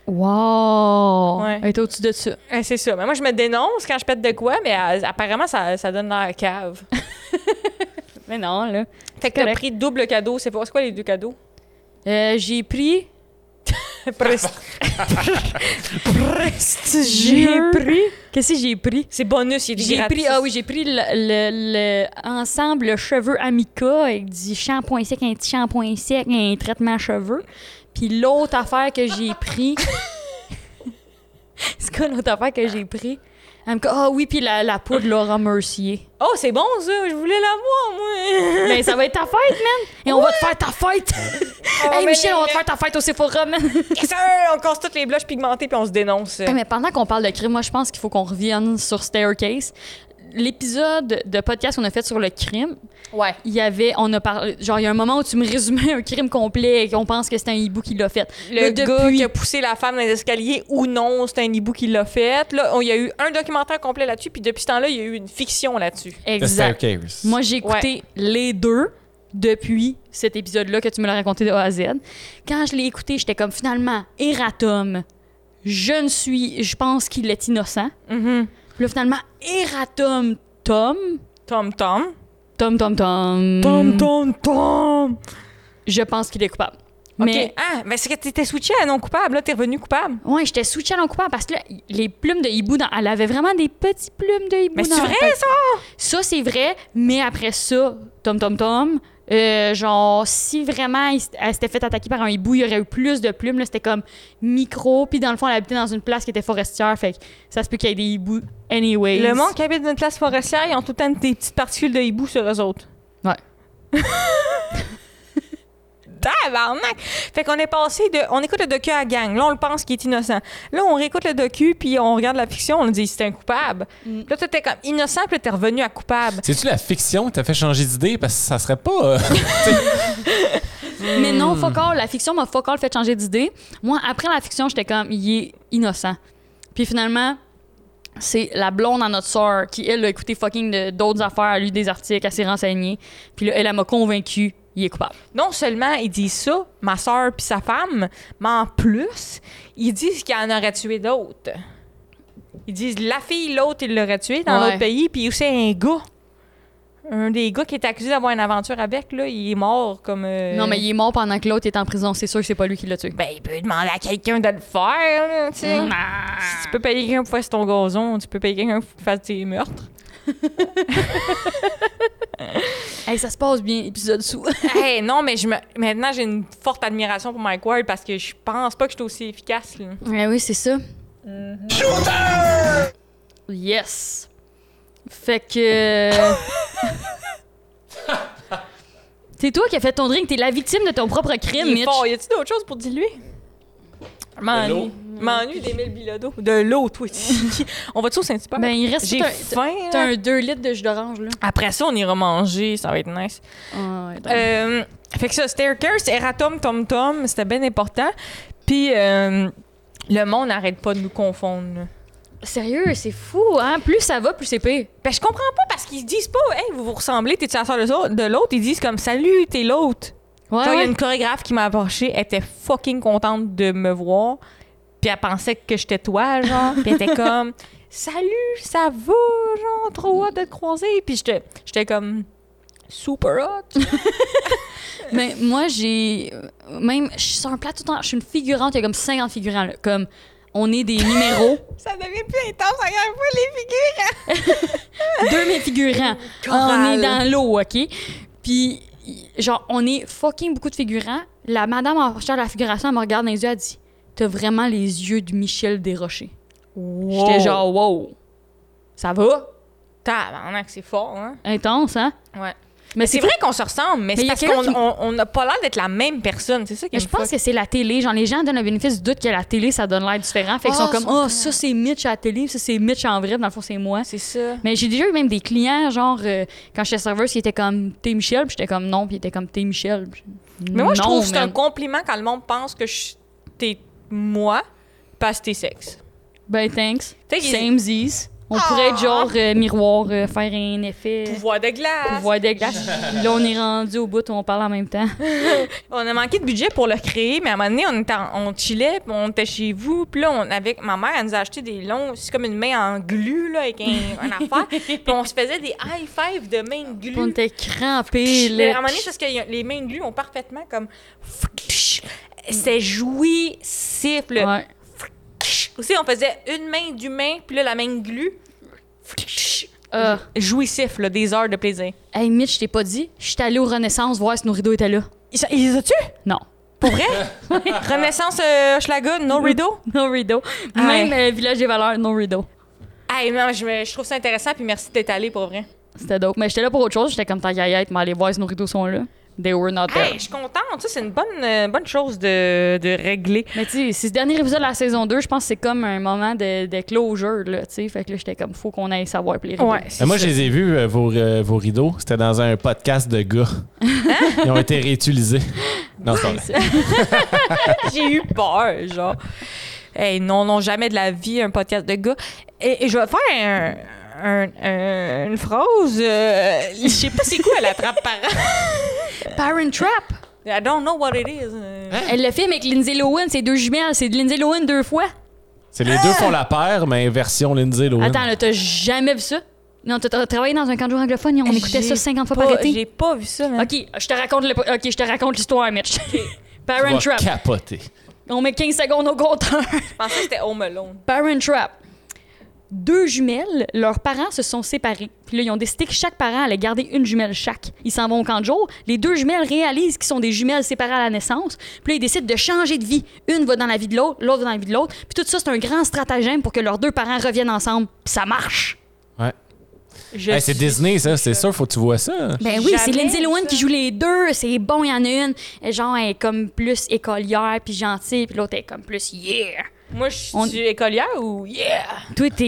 [SPEAKER 2] Wow!
[SPEAKER 1] Ouais.
[SPEAKER 2] Elle était au-dessus de ça.
[SPEAKER 1] Ouais, c'est ça. Mais moi, je me dénonce quand je pète de quoi, mais euh, apparemment, ça, ça donne l'air cave.
[SPEAKER 2] Mais non, là.
[SPEAKER 1] Fait que t'as
[SPEAKER 2] Correct.
[SPEAKER 1] pris double cadeau. C'est pas- c'est quoi les deux cadeaux?
[SPEAKER 2] Euh, j'ai pris.
[SPEAKER 1] Ah,
[SPEAKER 2] J'ai
[SPEAKER 1] Prestigieux.
[SPEAKER 2] pris. Qu'est-ce que j'ai pris?
[SPEAKER 1] C'est bonus, il est
[SPEAKER 2] J'ai
[SPEAKER 1] gratis.
[SPEAKER 2] pris, ah oui, j'ai pris le, le- le ensemble cheveux Amica avec du shampoing sec, un petit shampoing sec, un traitement à cheveux. Puis l'autre affaire que j'ai pris. C'est quoi l'autre affaire que j'ai pris? Amica- Ah oui, puis la, la poudre Laura Mercier.
[SPEAKER 1] Oh, c'est bon, ça. Je voulais l'avoir, moi.
[SPEAKER 2] Ben, ça va être ta fête, man! Et on va te faire ta fête! hey,
[SPEAKER 1] ben,
[SPEAKER 2] Michel, on va
[SPEAKER 1] les-
[SPEAKER 2] te faire ta fête au Sephora, man!
[SPEAKER 1] Yes, sir! on casse toutes les blushs pigmentées puis on se dénonce.
[SPEAKER 2] Hey, Ah, mais pendant qu'on parle de crime, moi, je pense qu'il faut qu'on revienne sur Staircase. L'épisode de podcast qu'on a fait sur le crime,
[SPEAKER 1] Ouais.
[SPEAKER 2] il y avait, on a parlé, genre, il y a un moment où tu me résumais un crime complet et qu'on pense que c'est un hibou qui l'a fait.
[SPEAKER 1] Le
[SPEAKER 2] Là,
[SPEAKER 1] gars
[SPEAKER 2] depuis-
[SPEAKER 1] qui a poussé la femme dans les escaliers ou non, c'est un hibou qui l'a fait. Là, on- il y a eu un documentaire complet là-dessus, puis depuis ce temps-là, il y a eu une fiction là-dessus.
[SPEAKER 3] The
[SPEAKER 2] Exact.
[SPEAKER 3] Staircase.
[SPEAKER 2] Moi, j'ai écouté
[SPEAKER 1] Ouais.
[SPEAKER 2] les deux depuis cet épisode-là que tu me l'as raconté de A à Z. Quand je l'ai écouté, j'étais comme finalement, erratum, je ne suis, je pense qu'il est innocent.
[SPEAKER 1] Mm-hmm.
[SPEAKER 2] Puis là, finalement, erratum, Tom,
[SPEAKER 1] Tom Tom.
[SPEAKER 2] Tom, Tom, Tom.
[SPEAKER 1] Mm. Tom Tom.
[SPEAKER 2] je pense qu'il est coupable.
[SPEAKER 1] Mais
[SPEAKER 2] Mais
[SPEAKER 1] ah, mais c'est que t'étais switché à non coupable, là t'es revenu coupable.
[SPEAKER 2] ouais, j'étais sous challenge coupable parce que là, les plumes de hibou, dans- elle avait vraiment des petites plumes de hibou.
[SPEAKER 1] Mais c'est
[SPEAKER 2] dans la
[SPEAKER 1] vrai
[SPEAKER 2] tête.
[SPEAKER 1] ça
[SPEAKER 2] Ça, c'est vrai, mais après ça, Tom Tom Tom, Euh, genre, si vraiment il s- elle s'était fait attaquer par un hibou, il y aurait eu plus de plumes. là. C'était comme micro. Puis dans le fond, elle habitait dans une place qui était forestière. Fait que ça se peut qu'il y ait des hiboux. Anyway.
[SPEAKER 1] Le monde qui habite dans une place forestière, ils ont tout le temps des petites particules de hibou sur eux autres.
[SPEAKER 2] Ouais.
[SPEAKER 1] Tabarnak! Fait qu'on est passé de. On écoute le docu à la gang. Là, on le pense qu'il est innocent. Là, on réécoute le docu, puis on regarde la fiction, on dit c'était un coupable. Puis Là, t'étais comme innocent, puis là, t'es revenu à coupable.
[SPEAKER 3] C'est-tu la fiction qui t'a fait changer d'idée? Parce que ça serait pas. euh,
[SPEAKER 2] Mais non, fuck all, La fiction m'a fuck all fait changer d'idée. Moi, après la fiction, j'étais comme, il est innocent. Puis finalement, c'est la blonde à notre sœur qui, elle, a écouté fucking de- d'autres affaires, a lu des articles, elle s'est renseignée. Puis là, elle, elle m'a convaincu, il est coupable.
[SPEAKER 1] Non seulement ils disent ça, ma soeur puis sa femme, mais en plus, ils disent qu'il en aurait tué d'autres. Ils disent la fille, l'autre, il l'aurait tué dans
[SPEAKER 2] Ouais.
[SPEAKER 1] l'autre pays, puis aussi un gars. Un des gars qui est accusé d'avoir une aventure avec, là, il est mort comme. euh,
[SPEAKER 2] Non, mais il est mort pendant que l'autre est en prison. C'est sûr que c'est pas lui qui l'a tué.
[SPEAKER 1] Ben, il peut demander à quelqu'un de le faire, là, tu sais. Si tu peux payer quelqu'un pour faire ton gazon, tu peux payer quelqu'un pour faire tes meurtres.
[SPEAKER 2] Hey, ça se passe bien, épisode sous.
[SPEAKER 1] hey, non, mais je me... maintenant, j'ai une forte admiration pour Mike Ward parce que je pense pas que je suis aussi efficace, là.
[SPEAKER 2] Ouais, oui, c'est ça. Mhm. Yes! Fait que. euh, c'est toi qui as fait ton drink, t'es la victime de ton propre crime,
[SPEAKER 1] Il est
[SPEAKER 2] Mitch.
[SPEAKER 1] fort. Y a-tu d'autres choses pour diluer? Je M'ennuie. Je M'ennuie d'Émile Bilodeau. De l'eau, toi. tu- on va-tu au Saint-Hubert?
[SPEAKER 2] Ben, il reste
[SPEAKER 1] J'ai
[SPEAKER 2] tout un-
[SPEAKER 1] faim.
[SPEAKER 2] T'as
[SPEAKER 1] là.
[SPEAKER 2] un 2 litres de jus d'orange, là.
[SPEAKER 1] Après ça, on ira manger. Ça va être nice.
[SPEAKER 2] Ah, ouais, donc-
[SPEAKER 1] Euh, fait que ça, Staircase, Eratom, Tom Tom, c'était bien important. Puis euh, le monde n'arrête pas de nous confondre. là.
[SPEAKER 2] Sérieux, c'est fou, hein? Plus ça va, plus c'est pire.
[SPEAKER 1] Ben, je comprends pas parce qu'ils se disent pas, hey, vous vous ressemblez, t'es-tu la soeur de ça- de l'autre? Ils disent comme, salut, t'es l'autre.
[SPEAKER 2] Ouais,
[SPEAKER 1] Genre, il y a
[SPEAKER 2] ouais.
[SPEAKER 1] une chorégraphe qui m'a approchée, elle était fucking contente de me voir. Puis elle pensait que j'étais toi, genre. Puis elle était comme, salut, ça va, genre, trop hâte de te croiser. Puis j'étais j'étais comme, super hot.
[SPEAKER 2] Mais moi, j'ai. euh, Même, je suis sur un plat tout le temps. Je suis une figurante, il y a comme 50 figurants, là. Comme, on est des numéros.
[SPEAKER 1] Ça devient plus intense à chaque fois, les figures.
[SPEAKER 2] deux mes figurants. Ah, On est dans l'eau, OK? Puis, y- genre, on est fucking beaucoup de figurants. La madame en charge de la figuration, elle me regarde dans les yeux, elle dit T'as vraiment les yeux de Michel Desrochers. J'étais genre, wow, ça va?
[SPEAKER 1] Tabarnak, c'est fort, hein?
[SPEAKER 2] Intense, hein?
[SPEAKER 1] Ouais.
[SPEAKER 2] Mais
[SPEAKER 1] C'est vrai qu'on se ressemble, mais,
[SPEAKER 2] Mais
[SPEAKER 1] c'est
[SPEAKER 2] y a
[SPEAKER 1] parce
[SPEAKER 2] quelqu'un
[SPEAKER 1] qu'on
[SPEAKER 2] qui-
[SPEAKER 1] on- on n'a pas l'air d'être la même personne. C'est ça qui
[SPEAKER 2] Mais
[SPEAKER 1] me
[SPEAKER 2] je pense
[SPEAKER 1] fuck.
[SPEAKER 2] que c'est la télé. Genre, les gens donnent le bénéfice du doute que la télé, ça donne l'air différent. Fait qu'ils
[SPEAKER 1] Ah,
[SPEAKER 2] sont comme,
[SPEAKER 1] c'est
[SPEAKER 2] oh, ça, c'est Mitch à la télé, ça, c'est Mitch en vrai, dans le fond, c'est moi.
[SPEAKER 1] C'est ça.
[SPEAKER 2] Mais j'ai déjà eu même des clients, genre, euh, quand j'étais serveuse, qui étaient comme, t'es Michel, puis j'étais comme, non, puis ils étaient comme, t'es Michel. Puis j'ai-
[SPEAKER 1] Mais moi, je
[SPEAKER 2] Non,
[SPEAKER 1] trouve que c'est
[SPEAKER 2] man.
[SPEAKER 1] un compliment quand le monde pense que je- t'es moi parce que t'es sexe.
[SPEAKER 2] Ben, thanks.
[SPEAKER 1] T'sais, il- Ah!
[SPEAKER 2] Same z's. On pourrait être genre euh, miroir, euh, faire un effet.
[SPEAKER 1] Pouvoir de glace.
[SPEAKER 2] Pouvoir de glace. Là, on est rendu au bout où on parle en même temps.
[SPEAKER 1] On a manqué de budget pour le créer, mais à un moment donné, on, était en- on chillait, puis on était chez vous. Puis là, on, avec ma mère, elle nous a acheté des longs, c'est comme une main en glu, là, avec un, un affaire. Puis on se faisait des high five de main glu.
[SPEAKER 2] On était crampés,
[SPEAKER 1] Mais à un
[SPEAKER 2] là.
[SPEAKER 1] moment donné, c'est parce que y a- les mains glues ont parfaitement comme. C'était jouissif, là.
[SPEAKER 2] Ouais.
[SPEAKER 1] Aussi, on faisait une main d'humain, puis là, la main glue.
[SPEAKER 2] Ah.
[SPEAKER 1] Jouissif, là, des heures de plaisir.
[SPEAKER 2] Hey, Mitch, je t'ai pas dit, je suis allée au Renaissance voir si nos rideaux étaient là.
[SPEAKER 1] Ils, sont- ils les as-tu?
[SPEAKER 2] Non.
[SPEAKER 1] Pour vrai? Renaissance euh, Schlager, No Rideau?
[SPEAKER 2] No rideaux. Même euh, Village des valeurs, no rideaux.
[SPEAKER 1] Hey, non, je, me- je trouve ça intéressant, puis merci d'être allé pour vrai.
[SPEAKER 2] C'était dope. Mais j'étais là pour autre chose. J'étais comme ta gaillette, mais aller voir si nos rideaux sont là. They were not there.
[SPEAKER 1] Hey, je suis contente, ça, c'est une bonne, euh, bonne chose de, de régler.
[SPEAKER 2] Mais tu sais, c'est ce dernier épisode de la saison 2, je pense que c'est comme un moment de, de closure, là, tu sais. Fait que là, j'étais comme, faut qu'on aille savoir pour les rideaux.
[SPEAKER 1] c'est
[SPEAKER 3] Mais moi,
[SPEAKER 1] ça.
[SPEAKER 3] je les ai vus, euh, vos, euh, vos rideaux. C'était dans un podcast de gars.
[SPEAKER 2] Hein?
[SPEAKER 3] Ils ont été réutilisés. Non, c'est pas vrai.
[SPEAKER 1] j'ai eu peur, genre. Hey, non, non, jamais de la vie, un podcast de gars. Et, et je vais faire un- un- un- une phrase. euh, je sais pas c'est quoi, elle attrape parent.
[SPEAKER 2] Parent Trap!
[SPEAKER 1] I don't know what it is. euh.
[SPEAKER 3] Hein?
[SPEAKER 2] Elle le fait avec Lindsay Lohan, c'est deux jumelles, c'est de Lindsay Lohan deux fois.
[SPEAKER 3] C'est les
[SPEAKER 8] Ah!
[SPEAKER 3] deux font la paire, mais version Lindsay Lohan.
[SPEAKER 2] Attends, là, t'as jamais vu ça? Non, t'as t'as travaillé dans un camp de jour anglophone, on écoutait
[SPEAKER 1] J'ai
[SPEAKER 2] ça 50 fois
[SPEAKER 1] pas-
[SPEAKER 2] par été.
[SPEAKER 1] J'ai pas vu ça, man.
[SPEAKER 2] Ok, je te raconte le- ok, je te raconte l'histoire, Mitch.
[SPEAKER 3] Tu
[SPEAKER 2] Parent
[SPEAKER 3] vas
[SPEAKER 2] Trap.
[SPEAKER 3] capoter.
[SPEAKER 2] On met 15 secondes au compteur.
[SPEAKER 1] Je pensais que c'était Home Alone.
[SPEAKER 2] Parent Trap. deux jumelles, leurs parents se sont séparés. Puis là, ils ont décidé que chaque parent allait garder une jumelle chaque. Ils s'en vont au camp de jour. Les deux jumelles réalisent qu'ils sont des jumelles séparées à la naissance. Puis là, ils décident de changer de vie. Une va dans la vie de l'autre, l'autre va dans la vie de l'autre. Puis tout ça, c'est un grand stratagème pour que leurs deux parents reviennent ensemble. Puis ça marche.
[SPEAKER 3] Ouais.
[SPEAKER 1] Je
[SPEAKER 3] Hey, c'est
[SPEAKER 1] suis-
[SPEAKER 3] Disney, ça. C'est sûr, faut que tu vois ça.
[SPEAKER 2] Ben oui, c'est
[SPEAKER 1] Jamais
[SPEAKER 2] Lindsay Lohan
[SPEAKER 1] ça.
[SPEAKER 2] qui joue les deux. C'est bon, il y en a une. elle, Genre, elle est comme plus écolière puis gentille, puis l'autre elle est comme plus yeah.
[SPEAKER 1] Moi, je suis
[SPEAKER 2] On-
[SPEAKER 1] écolière ou yeah?
[SPEAKER 2] Toi, t'es.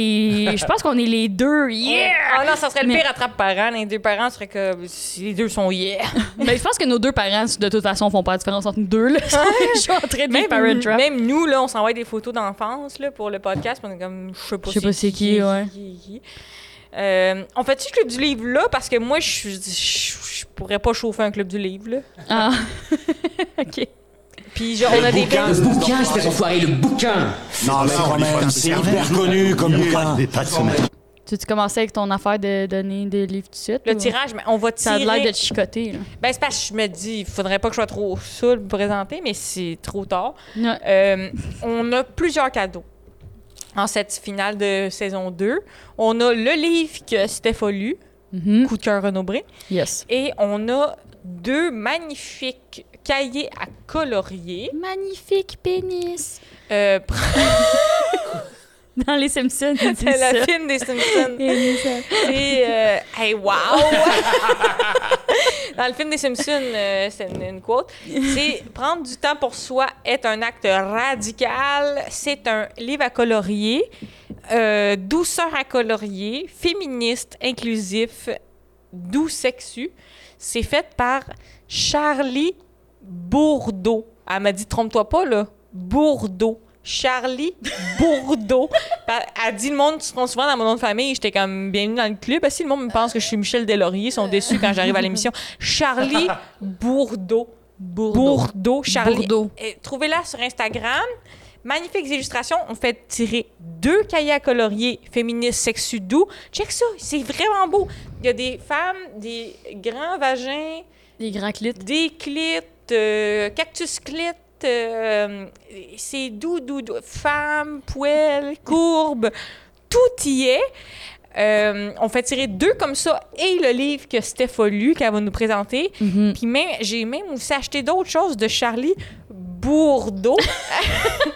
[SPEAKER 2] Je pense qu'on est les deux yeah.
[SPEAKER 1] Ah non, ça serait le
[SPEAKER 2] Mais-
[SPEAKER 1] pire attrape-parent. Les deux parents seraient que si les deux sont yeah.
[SPEAKER 2] Mais Ben, je pense que nos deux parents, de toute façon, font pas la différence entre nous deux. Là. je suis en train de
[SPEAKER 1] Ben
[SPEAKER 2] vivre Parent Trap.
[SPEAKER 1] même nous, là, on s'envoie des photos d'enfance là, pour le podcast. puis On est comme, je sais pas
[SPEAKER 2] Je sais pas c'est qui, ouais.
[SPEAKER 1] qui, qui. Euh, on fait-tu le club du livre là? Parce que moi, je, je, je pourrais pas chauffer un club du livre. Là.
[SPEAKER 2] Ah. ok.
[SPEAKER 1] Puis genre, on a des
[SPEAKER 9] Le bouquin, espèce enfoiré, le bouquin
[SPEAKER 5] Non, Ah, mais quand même, c'est hyper connu comme bouquin.
[SPEAKER 2] Tu, tu commençais avec ton affaire de donner des livres tout de suite?
[SPEAKER 1] Le
[SPEAKER 2] ou-
[SPEAKER 1] tirage, mais on va
[SPEAKER 2] Ça a
[SPEAKER 1] tirer.
[SPEAKER 2] l'air de te chicoter. Là.
[SPEAKER 1] Ben, c'est parce que je me dis, il faudrait pas que je sois trop saoul pour présenter, mais c'est trop tard.
[SPEAKER 2] Non.
[SPEAKER 1] Euh, on a plusieurs cadeaux en cette finale de saison 2. On a le livre que Steph a lu,
[SPEAKER 2] Mhm.
[SPEAKER 1] Coup de cœur renombré,
[SPEAKER 2] Yes.
[SPEAKER 1] et on a deux magnifiques cahiers à colorier.
[SPEAKER 2] Magnifique pénis.
[SPEAKER 1] Euh, pr-
[SPEAKER 2] Dans les Simpsons, ils disent
[SPEAKER 1] c'est
[SPEAKER 2] ça.
[SPEAKER 1] la film des Simpsons.
[SPEAKER 2] Pénis, ça.
[SPEAKER 1] C'est euh, Hey, wow! Dans le film des Simpsons, euh, c'est une, une quote. C'est prendre du temps pour soi est un acte radical. C'est un livre à colorier, euh, douceur à colorier, féministe, inclusif, doux sexu. C'est fait par Charlie Bourdeau. Elle m'a dit trompe-toi pas là, Bourdeau. Charlie Bourdeau. Pa- Elle dit le monde se trompe souvent dans mon nom de famille. J'étais comme bienvenue dans le club. Ah, Si le monde me pense que je suis Michel Delaurier, ils sont déçus quand j'arrive à l'émission. Charlie Bourdeau. Bourdeau. Charlie.
[SPEAKER 2] Bourdeau.
[SPEAKER 1] Eh, Trouvez-la sur Instagram. Magnifiques illustrations. On fait tirer deux cahiers à colorier féministes sexu doux. Check ça, c'est vraiment beau. Il y a des femmes, des grands vagins,
[SPEAKER 2] Des grands clits.
[SPEAKER 1] des clits, euh, cactus clits, euh, c'est doux, doux, doux, femme, poêle, courbe, tout y est. Euh, on fait tirer deux comme ça et le livre que Steph a lu, qu'elle va nous présenter.
[SPEAKER 2] Mhm.
[SPEAKER 1] Puis même, j'ai même aussi acheté d'autres choses de Charlie Bourdeau.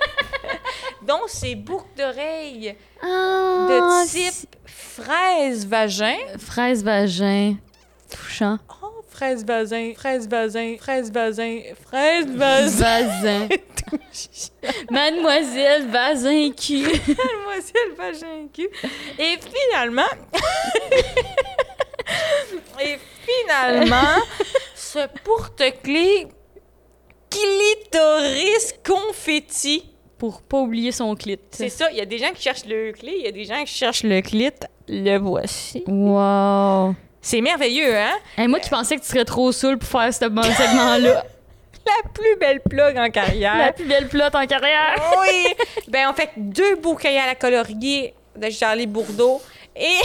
[SPEAKER 1] Donc, c'est boucle d'oreille
[SPEAKER 2] Ah,
[SPEAKER 1] de type fraise vagin.
[SPEAKER 2] Fraise vagin. Touchant.
[SPEAKER 1] Oh, fraise vagin, fraise vagin, fraise vagin, fraise vagin.
[SPEAKER 2] Vazin. Mademoiselle Vazin qui.
[SPEAKER 1] Mademoiselle vagin cul. Et finalement. Et finalement, ce porte-clés clitoris confetti.
[SPEAKER 2] Pour pas oublier son clit.
[SPEAKER 1] C'est ça, il y a des gens qui cherchent le clé, il y a des gens qui cherchent le clit. Le voici.
[SPEAKER 2] Wow.
[SPEAKER 1] C'est merveilleux, hein?
[SPEAKER 2] Hey, moi qui pensais que tu serais trop saoul pour faire ce bon segment-là. Hein?
[SPEAKER 1] La plus belle plug en
[SPEAKER 2] La
[SPEAKER 1] carrière.
[SPEAKER 2] plus belle plotte en carrière.
[SPEAKER 1] oui! Ben, on fait deux beaux cahiers à la colorier de Charlie Bourdeau et.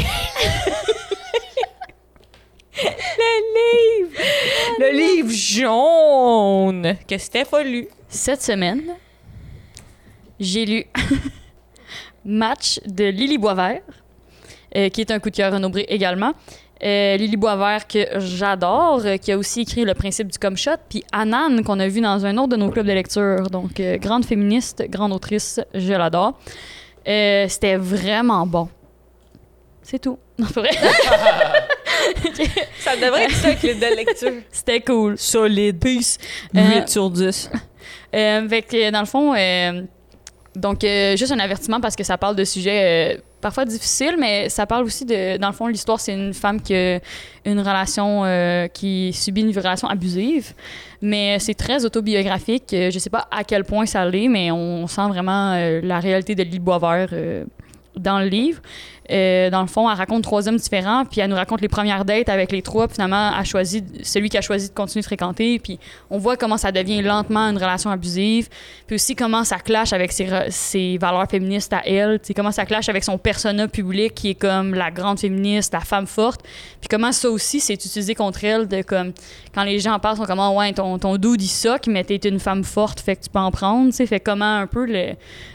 [SPEAKER 1] le livre! Le livre jaune que Steph a lu.
[SPEAKER 2] Cette semaine, j'ai lu Match de Lily Boisvert, euh, qui est un coup de cœur renombré également. Euh, Lily Boisvert, que j'adore, euh, qui a aussi écrit Le principe du comme shot, puis Anan, qu'on a vu dans un autre de nos clubs de lecture. Donc, euh, grande féministe, grande autrice, je l'adore. Euh, C'était vraiment bon. C'est tout. Non, c'est vrai.
[SPEAKER 1] Ça devrait être ça, que de lecture.
[SPEAKER 2] C'était cool.
[SPEAKER 1] Solide.
[SPEAKER 2] Peace.
[SPEAKER 1] sur 10.
[SPEAKER 2] Euh, fait que, dans le fond, euh, donc, euh, juste un avertissement parce que ça parle de sujets euh, parfois difficiles, mais ça parle aussi de. Dans le fond, l'histoire, c'est une femme qui a une relation, euh, qui subit une relation abusive, mais euh, c'est très autobiographique. Euh, Je sais pas à quel point ça l'est, mais on sent vraiment euh, la réalité de l'île Boisvert. euh, dans le livre, Euh, dans le fond, elle raconte trois hommes différents, puis elle nous raconte les premières dates avec les trois, puis finalement, elle choisit celui qui a choisi de continuer de fréquenter, puis on voit comment ça devient lentement une relation abusive, puis aussi comment ça clash avec ses, re- ses valeurs féministes à elle, tu sais, comment ça clash avec son persona public qui est comme la grande féministe, la femme forte, puis comment ça aussi c'est utilisé contre elle de comme quand les gens parlent sont comme Ah ouais ton ton dude il soque mais t'es une femme forte fait que tu peux en prendre, tu sais, fait comment un peu le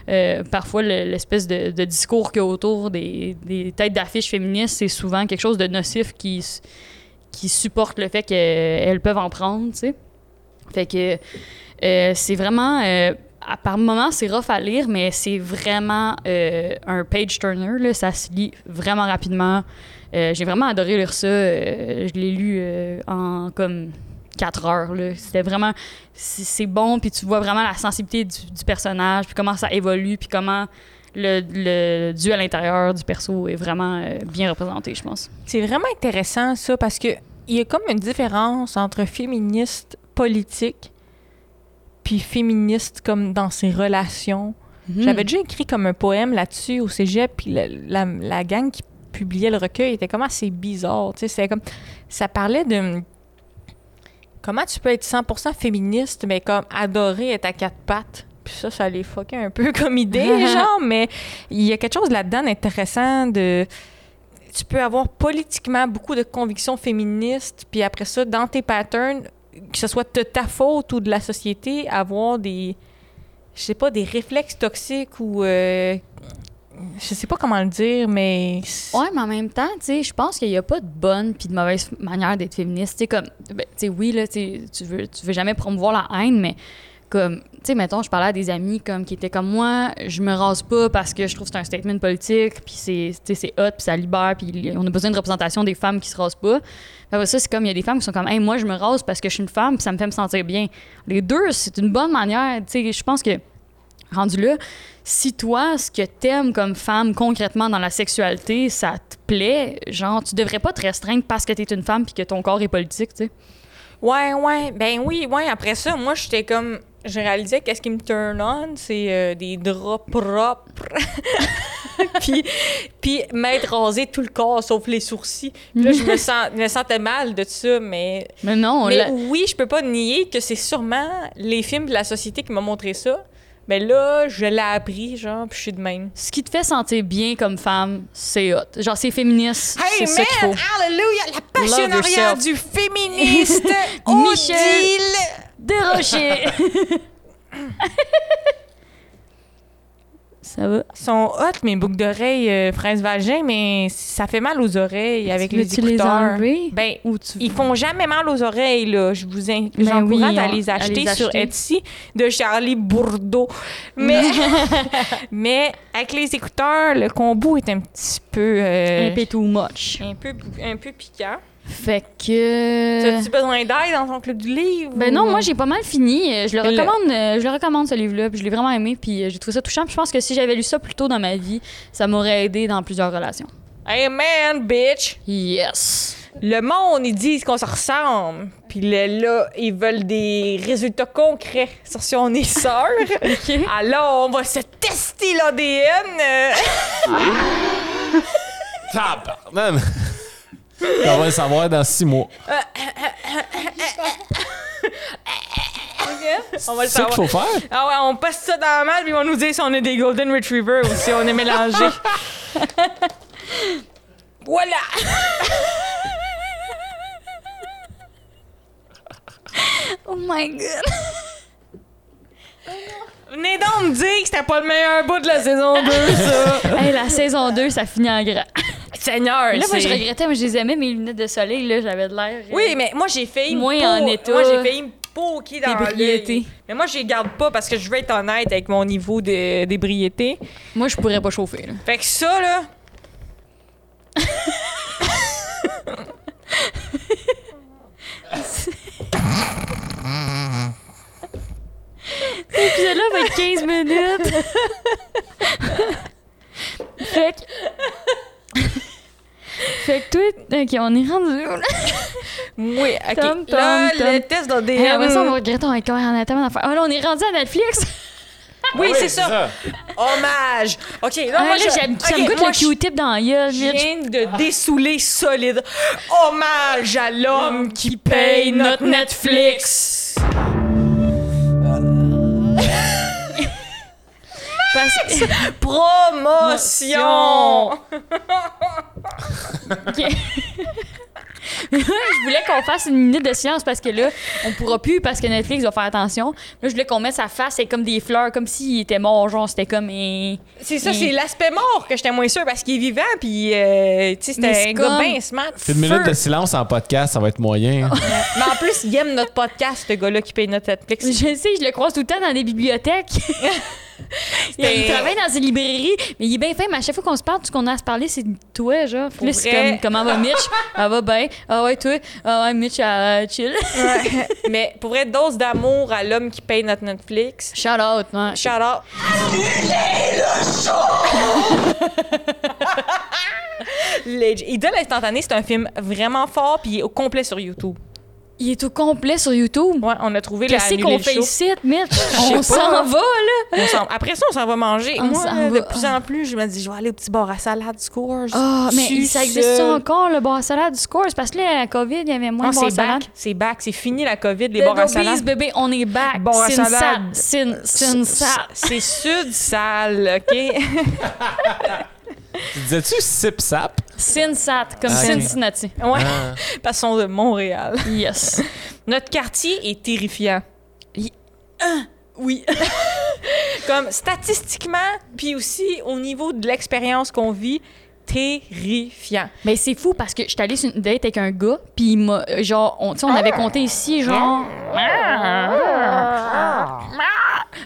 [SPEAKER 2] euh, parfois le- l'espèce de, de discours discours qu'il y a autour des, des têtes d'affiches féministes, c'est souvent quelque chose de nocif qui, s- qui supporte le fait qu'elles peuvent en prendre, tu sais. Fait que euh, c'est vraiment. euh, à- par moments, c'est rough à lire, mais c'est vraiment euh, un page turner. là. Ça se lit vraiment rapidement. Euh, J'ai vraiment adoré lire ça. Euh, je l'ai lu euh, en comme quatre heures. là. C'était vraiment. C'est c'est bon, puis tu vois vraiment la sensibilité du, du personnage, puis comment ça évolue, puis comment. Le, le dû à l'intérieur du perso est vraiment euh, bien représenté, je pense.
[SPEAKER 8] C'est vraiment intéressant, ça, parce que il y a comme une différence entre féministe politique puis féministe comme dans ses relations. J'avais déjà écrit comme un poème là-dessus au cégep, puis la, la- la gang qui publiait le recueil était comme assez bizarre. Tu sais, c'était comme... Ça parlait de... Comment tu peux être 100% féministe, mais comme adorer être à quatre pattes? Puis ça, ça les fuckait un peu comme idée, genre, mais il y a quelque chose là-dedans d'intéressant de tu peux avoir politiquement beaucoup de convictions féministes, puis après ça, dans tes patterns, que ce soit de ta faute ou de la société, avoir des, je sais pas, des réflexes toxiques ou, euh, je sais pas comment le dire, mais c'est-
[SPEAKER 2] Ouais, mais en même temps, tu sais, je pense qu'il n'y a pas de bonne puis de mauvaise manière d'être féministe. Tu sais, comme, ben, tu sais, oui, là, tu sais, tu veux, tu veux jamais promouvoir la haine, mais comme, tu sais, mettons, je parlais à des amis comme qui étaient comme moi, je me rase pas parce que je trouve que c'est un statement politique, puis c'est, tu sais, c'est hot, puis ça libère, puis on a besoin de représentation des femmes qui se rasent pas. Après ça, c'est comme, il y a des femmes qui sont comme, hey, moi, je me rase parce que je suis une femme, puis ça me fait me sentir bien. Les deux, c'est une bonne manière, tu sais, je pense que rendu là, si toi, ce que t'aimes comme femme concrètement dans la sexualité, ça te plaît, genre, tu devrais pas te restreindre parce que t'es une femme puis que ton corps est politique, tu sais.
[SPEAKER 8] ouais, ouais, ben oui, ouais. Après ça, moi, j'étais comme, je réalisais qu'est-ce qui me turn on, c'est euh, des draps propres, puis, puis m'être rasé tout le corps sauf les sourcils. Puis là, je me sens, je me sentais mal de ça, mais
[SPEAKER 2] Mais non,
[SPEAKER 8] Mais
[SPEAKER 2] là-
[SPEAKER 8] oui, je peux pas nier que c'est sûrement les films de la société qui m'ont montré ça. Mais là, je l'ai appris, genre, puis je suis de même.
[SPEAKER 2] ce qui te fait sentir bien comme femme, c'est hot. Genre, c'est féministe, c'est ça qu'il faut.
[SPEAKER 8] hallelujah, la
[SPEAKER 2] passion Love yourself.
[SPEAKER 8] du féministe
[SPEAKER 2] Michel. Dérocher! ça va?
[SPEAKER 8] sont hot, mes boucles d'oreilles euh, fraise vagin, mais ça fait mal aux oreilles avec les
[SPEAKER 2] Veux-tu les
[SPEAKER 8] écouteurs.
[SPEAKER 2] enlever?
[SPEAKER 8] ben,
[SPEAKER 2] Ou tu...
[SPEAKER 8] ils font jamais mal aux oreilles, là. Je vous in-
[SPEAKER 2] Ben
[SPEAKER 8] j'encourage
[SPEAKER 2] oui,
[SPEAKER 8] à,
[SPEAKER 2] on-
[SPEAKER 8] les
[SPEAKER 2] à
[SPEAKER 8] acheter
[SPEAKER 2] les
[SPEAKER 8] sur
[SPEAKER 2] acheter.
[SPEAKER 8] Etsy de Charlie Bourdeau. Mais, mais avec les écouteurs, le combo est un petit peu... euh,
[SPEAKER 2] Un peu too much.
[SPEAKER 8] un peu, bou- un peu piquant.
[SPEAKER 2] Fait que...
[SPEAKER 8] T'as-tu besoin d'aide dans ton club du livre?
[SPEAKER 2] Euh. Ben
[SPEAKER 8] ou-
[SPEAKER 2] non, moi j'ai pas mal fini. Euh, Je le
[SPEAKER 8] Le-
[SPEAKER 2] recommande, euh, je le recommande ce livre-là. puis Je l'ai vraiment aimé, puis euh, j'ai trouvé ça touchant. Puis je pense que si j'avais lu ça plus tôt dans ma vie, ça m'aurait aidé dans plusieurs relations.
[SPEAKER 8] Hey man, bitch!
[SPEAKER 2] Yes.
[SPEAKER 8] Le monde, ils disent qu'on se ressemble. Puis là, là, ils veulent des résultats concrets sur si on est sœurs. Alors, on va se tester l'ADN. euh.
[SPEAKER 3] Tabarnan! On va le savoir dans six mois.
[SPEAKER 8] on va le
[SPEAKER 3] C'est ça
[SPEAKER 8] savoir.
[SPEAKER 3] qu'il faut faire?
[SPEAKER 8] Ah ouais, on passe ça dans la malle, puis ils vont nous dire si on est des Golden Retrievers ou si on est mélangé. voilà!
[SPEAKER 2] Oh my god.
[SPEAKER 8] Venez donc me dire que c'était pas le meilleur bout de la saison 2, ça!
[SPEAKER 2] Hey, la saison 2, ça finit en grand.
[SPEAKER 8] Seigneur,
[SPEAKER 2] Là, moi
[SPEAKER 8] c'est-
[SPEAKER 2] je regrettais, mais je les aimais, mes lunettes de soleil, là, j'avais de l'air. euh,
[SPEAKER 8] Oui, mais moi, j'ai failli me
[SPEAKER 2] Moins
[SPEAKER 8] pau-
[SPEAKER 2] en état.
[SPEAKER 8] Moi, j'ai failli me poquer dans
[SPEAKER 2] D'ébriété.
[SPEAKER 8] l'œil. Mais moi, je les garde pas parce que je veux être honnête avec mon niveau de- d'ébriété.
[SPEAKER 2] Moi, je pourrais pas chauffer. là.
[SPEAKER 8] Fait que ça, là...
[SPEAKER 2] Puis là, va être 15 minutes. fait que. fait que toi, ok, on est rendu. où, là?
[SPEAKER 8] Oui, OK.
[SPEAKER 2] Tom, Tom,
[SPEAKER 8] là,
[SPEAKER 2] Tom.
[SPEAKER 8] le test dans
[SPEAKER 2] Hey, après ça, on va
[SPEAKER 8] DM...
[SPEAKER 2] regretter, on va être quand même en attendant d'affaires. Oh là, on est rendu à Netflix!
[SPEAKER 8] Oui, c'est ça. Hommage. OK, là,
[SPEAKER 2] Ah,
[SPEAKER 8] moi,
[SPEAKER 2] là,
[SPEAKER 8] je-
[SPEAKER 2] j'aime- ça
[SPEAKER 8] OK,
[SPEAKER 2] me goûte
[SPEAKER 8] moi, je-
[SPEAKER 2] le Q-tip dans la gueule,
[SPEAKER 8] Je
[SPEAKER 2] bitch.
[SPEAKER 8] viens de dessouler solide. Hommage à l'homme qui paye notre Netflix.
[SPEAKER 2] Parce que-
[SPEAKER 8] Promotion.
[SPEAKER 2] Ok. je voulais qu'on fasse une minute de silence parce que là, on pourra plus parce que Netflix va faire attention. Là, je voulais qu'on mette sa face et comme des fleurs, comme s'il était mort. Genre, c'était comme. euh,
[SPEAKER 8] C'est ça, c'est l'aspect mort que j'étais moins sûre parce qu'il est vivant, puis euh, tu sais,
[SPEAKER 2] Mais
[SPEAKER 8] c'était
[SPEAKER 2] c'est
[SPEAKER 8] un gars
[SPEAKER 2] comme-
[SPEAKER 8] bien smart.
[SPEAKER 3] Une minute de silence en podcast, ça va être moyen.
[SPEAKER 8] Mais en plus, il aime notre podcast, ce gars-là qui paye notre Netflix.
[SPEAKER 2] Je sais, je le croise tout le temps dans des bibliothèques. il, il travaille dans une librairie, mais il est bien fin. Mais à chaque fois qu'on se parle, tout ce qu'on a à se parler, c'est de toi, genre. Puis là, c'est
[SPEAKER 8] vrai.
[SPEAKER 2] comme comment va Mitch? Ah, va bien. Ah ouais, toi? Ah ouais, Mitch, ah, chill.
[SPEAKER 8] Ouais. Mais pour être dose d'amour à l'homme qui paye notre Netflix,
[SPEAKER 2] Shout out, man.
[SPEAKER 8] shout out. le show! Idole instantanée, c'est un film vraiment fort puis il est au complet sur YouTube.
[SPEAKER 2] Il est au complet sur YouTube.
[SPEAKER 8] Ouais, on a trouvé la Ah,
[SPEAKER 2] Qu'est-ce qu'on fait ici, Mitch? On
[SPEAKER 8] sais pas.
[SPEAKER 2] s'en va, là.
[SPEAKER 8] Après ça, on s'en va manger.
[SPEAKER 2] On
[SPEAKER 8] Moi,
[SPEAKER 2] s'en
[SPEAKER 8] là,
[SPEAKER 2] va.
[SPEAKER 8] de plus en plus, je me dis, je vais aller au petit bar à salade du cours.
[SPEAKER 2] Ah, mais
[SPEAKER 8] suis
[SPEAKER 2] ça existe ça
[SPEAKER 8] seule.
[SPEAKER 2] encore, le bar salade du course? Parce que là, la COVID, il y avait moins
[SPEAKER 8] Non,
[SPEAKER 2] de bar
[SPEAKER 8] Ah, c'est
[SPEAKER 2] salade.
[SPEAKER 8] back. C'est back. C'est fini la COVID, les
[SPEAKER 2] Les
[SPEAKER 8] bars à salade.
[SPEAKER 2] bébé, on est back.
[SPEAKER 8] Bar à
[SPEAKER 2] Sin Sat,
[SPEAKER 8] salade.
[SPEAKER 2] Sin, Sin Sat.
[SPEAKER 8] C'est sud sale, OK?
[SPEAKER 3] Disais-tu sip sap?
[SPEAKER 2] Sin Sat, comme
[SPEAKER 3] Ah, ok.
[SPEAKER 2] Cincinnati.
[SPEAKER 8] Ouais, parce qu'on est Ah. de Montréal.
[SPEAKER 2] Yes.
[SPEAKER 8] Notre quartier est terrifiant.
[SPEAKER 2] Oui.
[SPEAKER 8] Comme statistiquement, puis aussi au niveau de l'expérience qu'on vit, terrifiant.
[SPEAKER 2] Mais c'est fou parce que je suis allée sur une date avec un gars, puis il m'a. euh, Genre, on, tu sais, on avait compté ici, genre.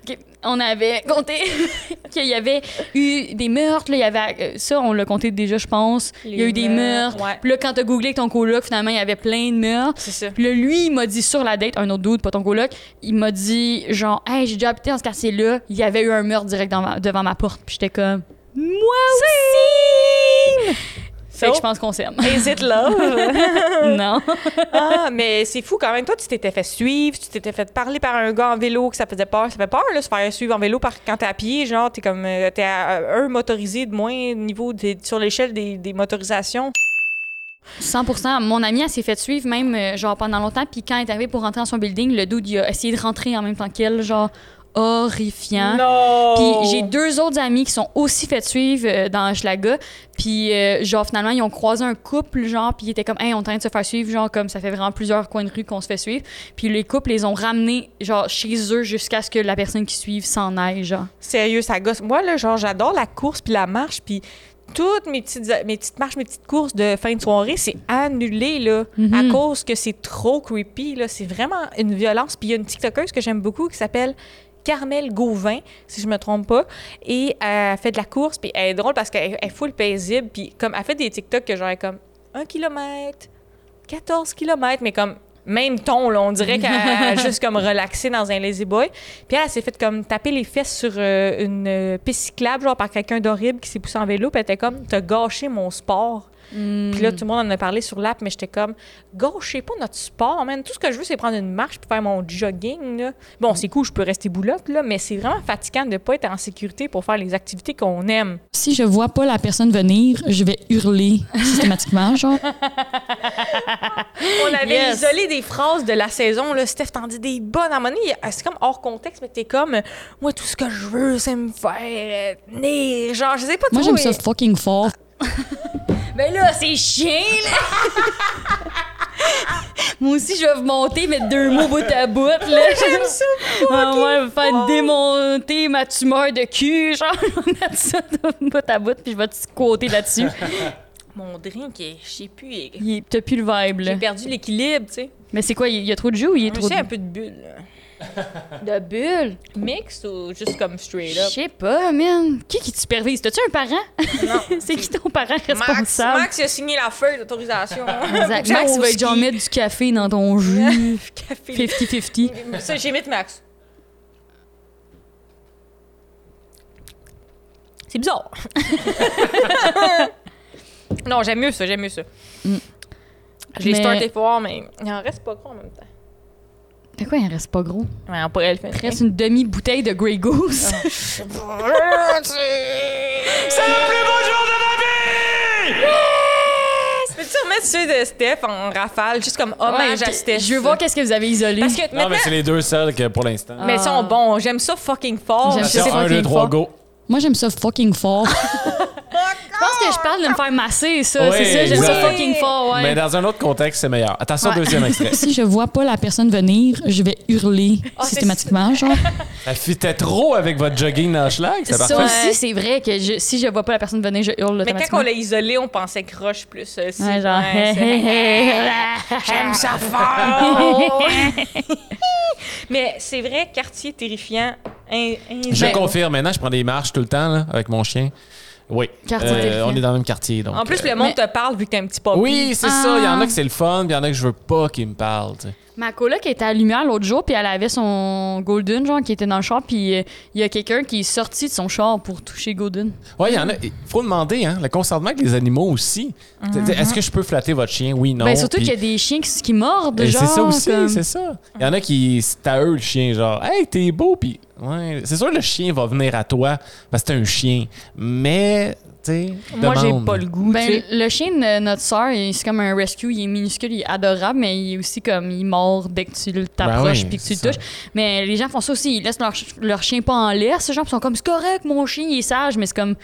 [SPEAKER 2] Ok, On avait compté qu'il y avait eu des meurtres. là, il y avait, euh, ça, on l'a compté déjà, je pense. il y a eu
[SPEAKER 8] Les
[SPEAKER 2] des
[SPEAKER 8] meurtres,
[SPEAKER 2] meurtres.
[SPEAKER 8] ouais.
[SPEAKER 2] Puis là, quand t'as googlé avec ton coloc, finalement, il y avait plein de meurtres.
[SPEAKER 8] C'est ça.
[SPEAKER 2] Puis là, lui, il m'a dit sur la date, un autre doute, pas ton coloc, il m'a dit genre, hey, j'ai déjà habité dans ce quartier-là, il y avait eu un meurtre direct dans ma- devant ma porte. Puis j'étais comme, moi aussi! Fait que je pense qu'on s'aime.
[SPEAKER 8] Is it love?
[SPEAKER 2] non.
[SPEAKER 8] ah, mais c'est fou quand même. Toi, tu t'étais fait suivre, tu t'étais fait parler par un gars en vélo que ça faisait peur. Ça fait peur, là, se faire suivre en vélo par, quand t'es à pied. Genre, t'es comme. euh, T'es à euh, un motorisé de moins au niveau des- sur l'échelle des, des motorisations.
[SPEAKER 2] 100 Mon amie, elle s'est fait suivre même, euh, genre, pendant longtemps. Puis quand elle est arrivée pour rentrer dans son building, le dude, il a essayé de rentrer en même temps qu'elle, genre, horrifiant.
[SPEAKER 8] Non!
[SPEAKER 2] Hein? Puis j'ai deux autres amis qui sont aussi fait suivre euh, dans Hochelaga. Puis euh, genre finalement ils ont croisé un couple genre puis ils étaient comme hey, on est en train de se faire suivre genre comme ça fait vraiment plusieurs coins de rue qu'on se fait suivre. Puis les couples les ont ramenés genre chez eux jusqu'à ce que la personne qui suive s'en aille genre.
[SPEAKER 8] Sérieux, ça gosse. Moi, là, genre, j'adore la course puis la marche, puis toutes mes petites, mes petites marches, mes petites courses de fin de soirée, c'est annulé, là, à cause que c'est trop creepy, là. C'est vraiment une violence. Puis il y a une TikTokeuse que j'aime beaucoup qui s'appelle Carmel Gauvin, si je me trompe pas, et elle fait de la course, puis elle est drôle parce qu'elle elle est full paisible, puis comme elle fait des TikTok que genre, elle est comme un kilomètre, 14 km, mais comme même ton, là, on dirait qu'elle a juste comme relaxé dans un lazy boy. Puis elle, elle s'est fait comme taper les fesses sur euh, une euh, piste cyclable, genre par quelqu'un d'horrible qui s'est poussé en vélo. Puis elle était comme, t'as gâché mon sport. Puis là, tout le monde en a parlé sur l'app, mais j'étais comme, gâchez pas notre sport, man. Tout ce que je veux, c'est prendre une marche puis faire mon jogging, là. Bon, c'est cool, je peux rester boulotte, là, mais c'est vraiment fatigant de pas être en sécurité pour faire les activités qu'on aime.
[SPEAKER 1] Si je vois pas la personne venir, je vais hurler systématiquement, genre.
[SPEAKER 8] On avait
[SPEAKER 2] Yes.
[SPEAKER 8] isolé des phrases de la saison. Là. Steph t'en dit des bonnes. À un moment donné, c'est comme hors contexte, mais t'es comme, euh, moi, tout ce que je veux, c'est me faire euh, tenir. Genre, je sais pas
[SPEAKER 1] Moi,
[SPEAKER 8] trop.
[SPEAKER 1] j'aime ça fucking fort.
[SPEAKER 2] Ah, Ben là c'est chiant là. Moi aussi, je vais vous monter, mettre deux mots bout à bout, là. J'aime ça. Ah, ouais, me faire démonter ma tumeur de cul, genre, mettre ça de bout à bout, puis je vais te côté là-dessus.
[SPEAKER 8] Mon drink, est- je sais plus. il-
[SPEAKER 2] Il est- T'as plus le vibe, là.
[SPEAKER 8] J'ai perdu l'équilibre, tu sais.
[SPEAKER 2] Mais c'est quoi, il y a trop de jus ou il est trop
[SPEAKER 8] C'est un
[SPEAKER 2] de...
[SPEAKER 8] peu de bulle. là.
[SPEAKER 2] de bulles?
[SPEAKER 8] Mix ou juste comme
[SPEAKER 2] Je
[SPEAKER 8] straight up?
[SPEAKER 2] sais pas, man. Qui qui te supervise? T'as-tu un parent?
[SPEAKER 8] Non.
[SPEAKER 2] c'est qui ton parent
[SPEAKER 8] Max,
[SPEAKER 2] responsable?
[SPEAKER 8] Max, il a signé la feuille d'autorisation.
[SPEAKER 2] Exact. Max, il va être genre mettre du café dans ton jus.
[SPEAKER 8] Café.
[SPEAKER 2] 50-50.
[SPEAKER 8] Ça, j'imite Max. C'est bizarre. non, j'aime mieux ça, j'aime mieux ça. Je l'ai
[SPEAKER 2] Mais-
[SPEAKER 8] starté fort, mais il en reste pas gros en même temps.
[SPEAKER 2] De quoi il en reste pas gros?
[SPEAKER 8] Ouais, on pourrait le faire.
[SPEAKER 2] Il reste une demi-bouteille de Grey Goose.
[SPEAKER 8] Peux-tu remettre ceux de Steph en rafale, juste comme hommage
[SPEAKER 2] Ah, Ouais,
[SPEAKER 8] à Steph?
[SPEAKER 2] Je veux voir qu'est-ce que vous avez isolé.
[SPEAKER 8] Parce que maintenant,
[SPEAKER 3] Non, mais c'est les deux seuls que pour l'instant.
[SPEAKER 8] mais ils
[SPEAKER 2] Ah.
[SPEAKER 8] sont bons. J'aime ça fucking fort.
[SPEAKER 1] J'aime
[SPEAKER 8] Ah, Je
[SPEAKER 1] ça
[SPEAKER 8] sais
[SPEAKER 3] C'est
[SPEAKER 8] pas-
[SPEAKER 3] un,
[SPEAKER 1] fucking
[SPEAKER 3] deux, trois,
[SPEAKER 1] fort.
[SPEAKER 3] go.
[SPEAKER 1] Moi, j'aime ça fucking fort.
[SPEAKER 2] Je pense que je parle de me faire masser, ça.
[SPEAKER 3] Oui,
[SPEAKER 2] c'est ça, j'aime ça
[SPEAKER 3] exact.
[SPEAKER 2] fucking
[SPEAKER 8] Ah,
[SPEAKER 2] fort, ouais.
[SPEAKER 3] Mais dans un autre contexte, c'est meilleur. Attention,
[SPEAKER 2] Ouais.
[SPEAKER 3] deuxième extrait.
[SPEAKER 8] Si je vois pas la personne venir, je vais hurler
[SPEAKER 2] Ah,
[SPEAKER 1] c'est-
[SPEAKER 8] systématiquement, genre.
[SPEAKER 3] Ça fitait trop avec votre jogging dans le schlag, c'est
[SPEAKER 2] ça
[SPEAKER 3] parfait.
[SPEAKER 2] aussi, c'est vrai que je- si je vois pas la personne venir, je
[SPEAKER 1] Mais
[SPEAKER 2] hurle
[SPEAKER 1] quand on
[SPEAKER 2] automatiquement.
[SPEAKER 1] l'a isolé, on pensait que Roche plus. euh, si-
[SPEAKER 2] Ouais, genre,
[SPEAKER 1] ouais, c'est- J'aime ça fort! Mais c'est vrai, quartier terrifiant. In- in-
[SPEAKER 3] Je
[SPEAKER 1] ben,
[SPEAKER 3] confirme. Maintenant, je prends des marches tout le temps là, avec mon chien. Oui. Euh,
[SPEAKER 2] Quartier terrifiant.
[SPEAKER 3] on est dans le même quartier. Donc,
[SPEAKER 1] En plus, Ah.
[SPEAKER 3] euh,
[SPEAKER 1] le monde
[SPEAKER 2] mais-
[SPEAKER 1] te parle vu que t'es un petit pop.
[SPEAKER 3] Oui, c'est ça. Il y en a que c'est le fun, puis il y en a que je veux pas qu'ils me parlent. tu sais.
[SPEAKER 2] Ma coloc était à la lumière l'autre jour, puis elle avait son Golden, genre, qui était dans le char, puis euh, il y a quelqu'un qui est sorti de son char pour toucher Golden.
[SPEAKER 3] Ouais, il y en a. Il faut demander, hein, le consentement avec les animaux aussi. C'est- c'est- Est-ce que je peux flatter votre chien? Oui, non.
[SPEAKER 2] ben, surtout
[SPEAKER 3] puis-
[SPEAKER 2] qu'il y a des chiens qui, qui mordent,
[SPEAKER 3] Euh,
[SPEAKER 2] genre.
[SPEAKER 3] C'est ça aussi,
[SPEAKER 2] comme-
[SPEAKER 3] c'est ça. Il y en a qui, c'est à eux le chien, genre, hey, t'es beau, puis ouais, c'est sûr le chien va venir à toi parce que t'es un chien, mais, tu sais,
[SPEAKER 1] Moi, j'ai
[SPEAKER 3] demande.
[SPEAKER 1] pas le goût. tu
[SPEAKER 2] Ben,
[SPEAKER 1] sais.
[SPEAKER 2] le chien de notre soeur, c'est comme un rescue, il est minuscule, il est adorable, mais il est aussi comme, il mord dès que tu le- t'approches
[SPEAKER 3] Ben oui,
[SPEAKER 2] puis que tu le
[SPEAKER 3] c'est ça.
[SPEAKER 2] touches. Mais les gens font ça aussi, ils laissent leur, ch- leur chien pas en laisse, genre, ils sont comme, c'est correct, mon chien, il est sage, mais c'est comme,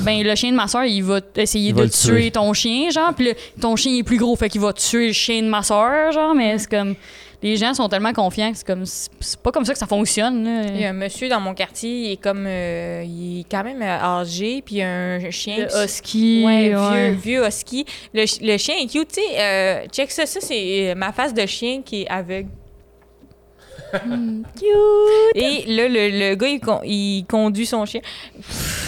[SPEAKER 2] ben, le chien de ma soeur, il va t- essayer
[SPEAKER 3] Il
[SPEAKER 2] de
[SPEAKER 3] va le
[SPEAKER 2] tuer.
[SPEAKER 3] tuer.
[SPEAKER 2] ton chien, genre, puis là, ton chien il est plus gros, fait qu'il va tuer le chien de ma soeur, genre, mais c'est comme, les gens sont tellement confiants que c'est comme, c'est c'est pas comme ça que ça fonctionne, là.
[SPEAKER 1] Il y a un monsieur dans mon quartier, il est comme. euh, il est quand même euh, âgé, puis il a un chien.
[SPEAKER 2] Le
[SPEAKER 1] puis-
[SPEAKER 2] husky,
[SPEAKER 1] Ouais, Vieux,
[SPEAKER 2] ouais.
[SPEAKER 1] vieux husky. Le, ch- le chien est cute. Tu sais, euh, check ça, ça, c'est euh, ma face de chien qui est aveugle. cute! Hmm. Et là, le, le gars, il, con- il conduit son chien.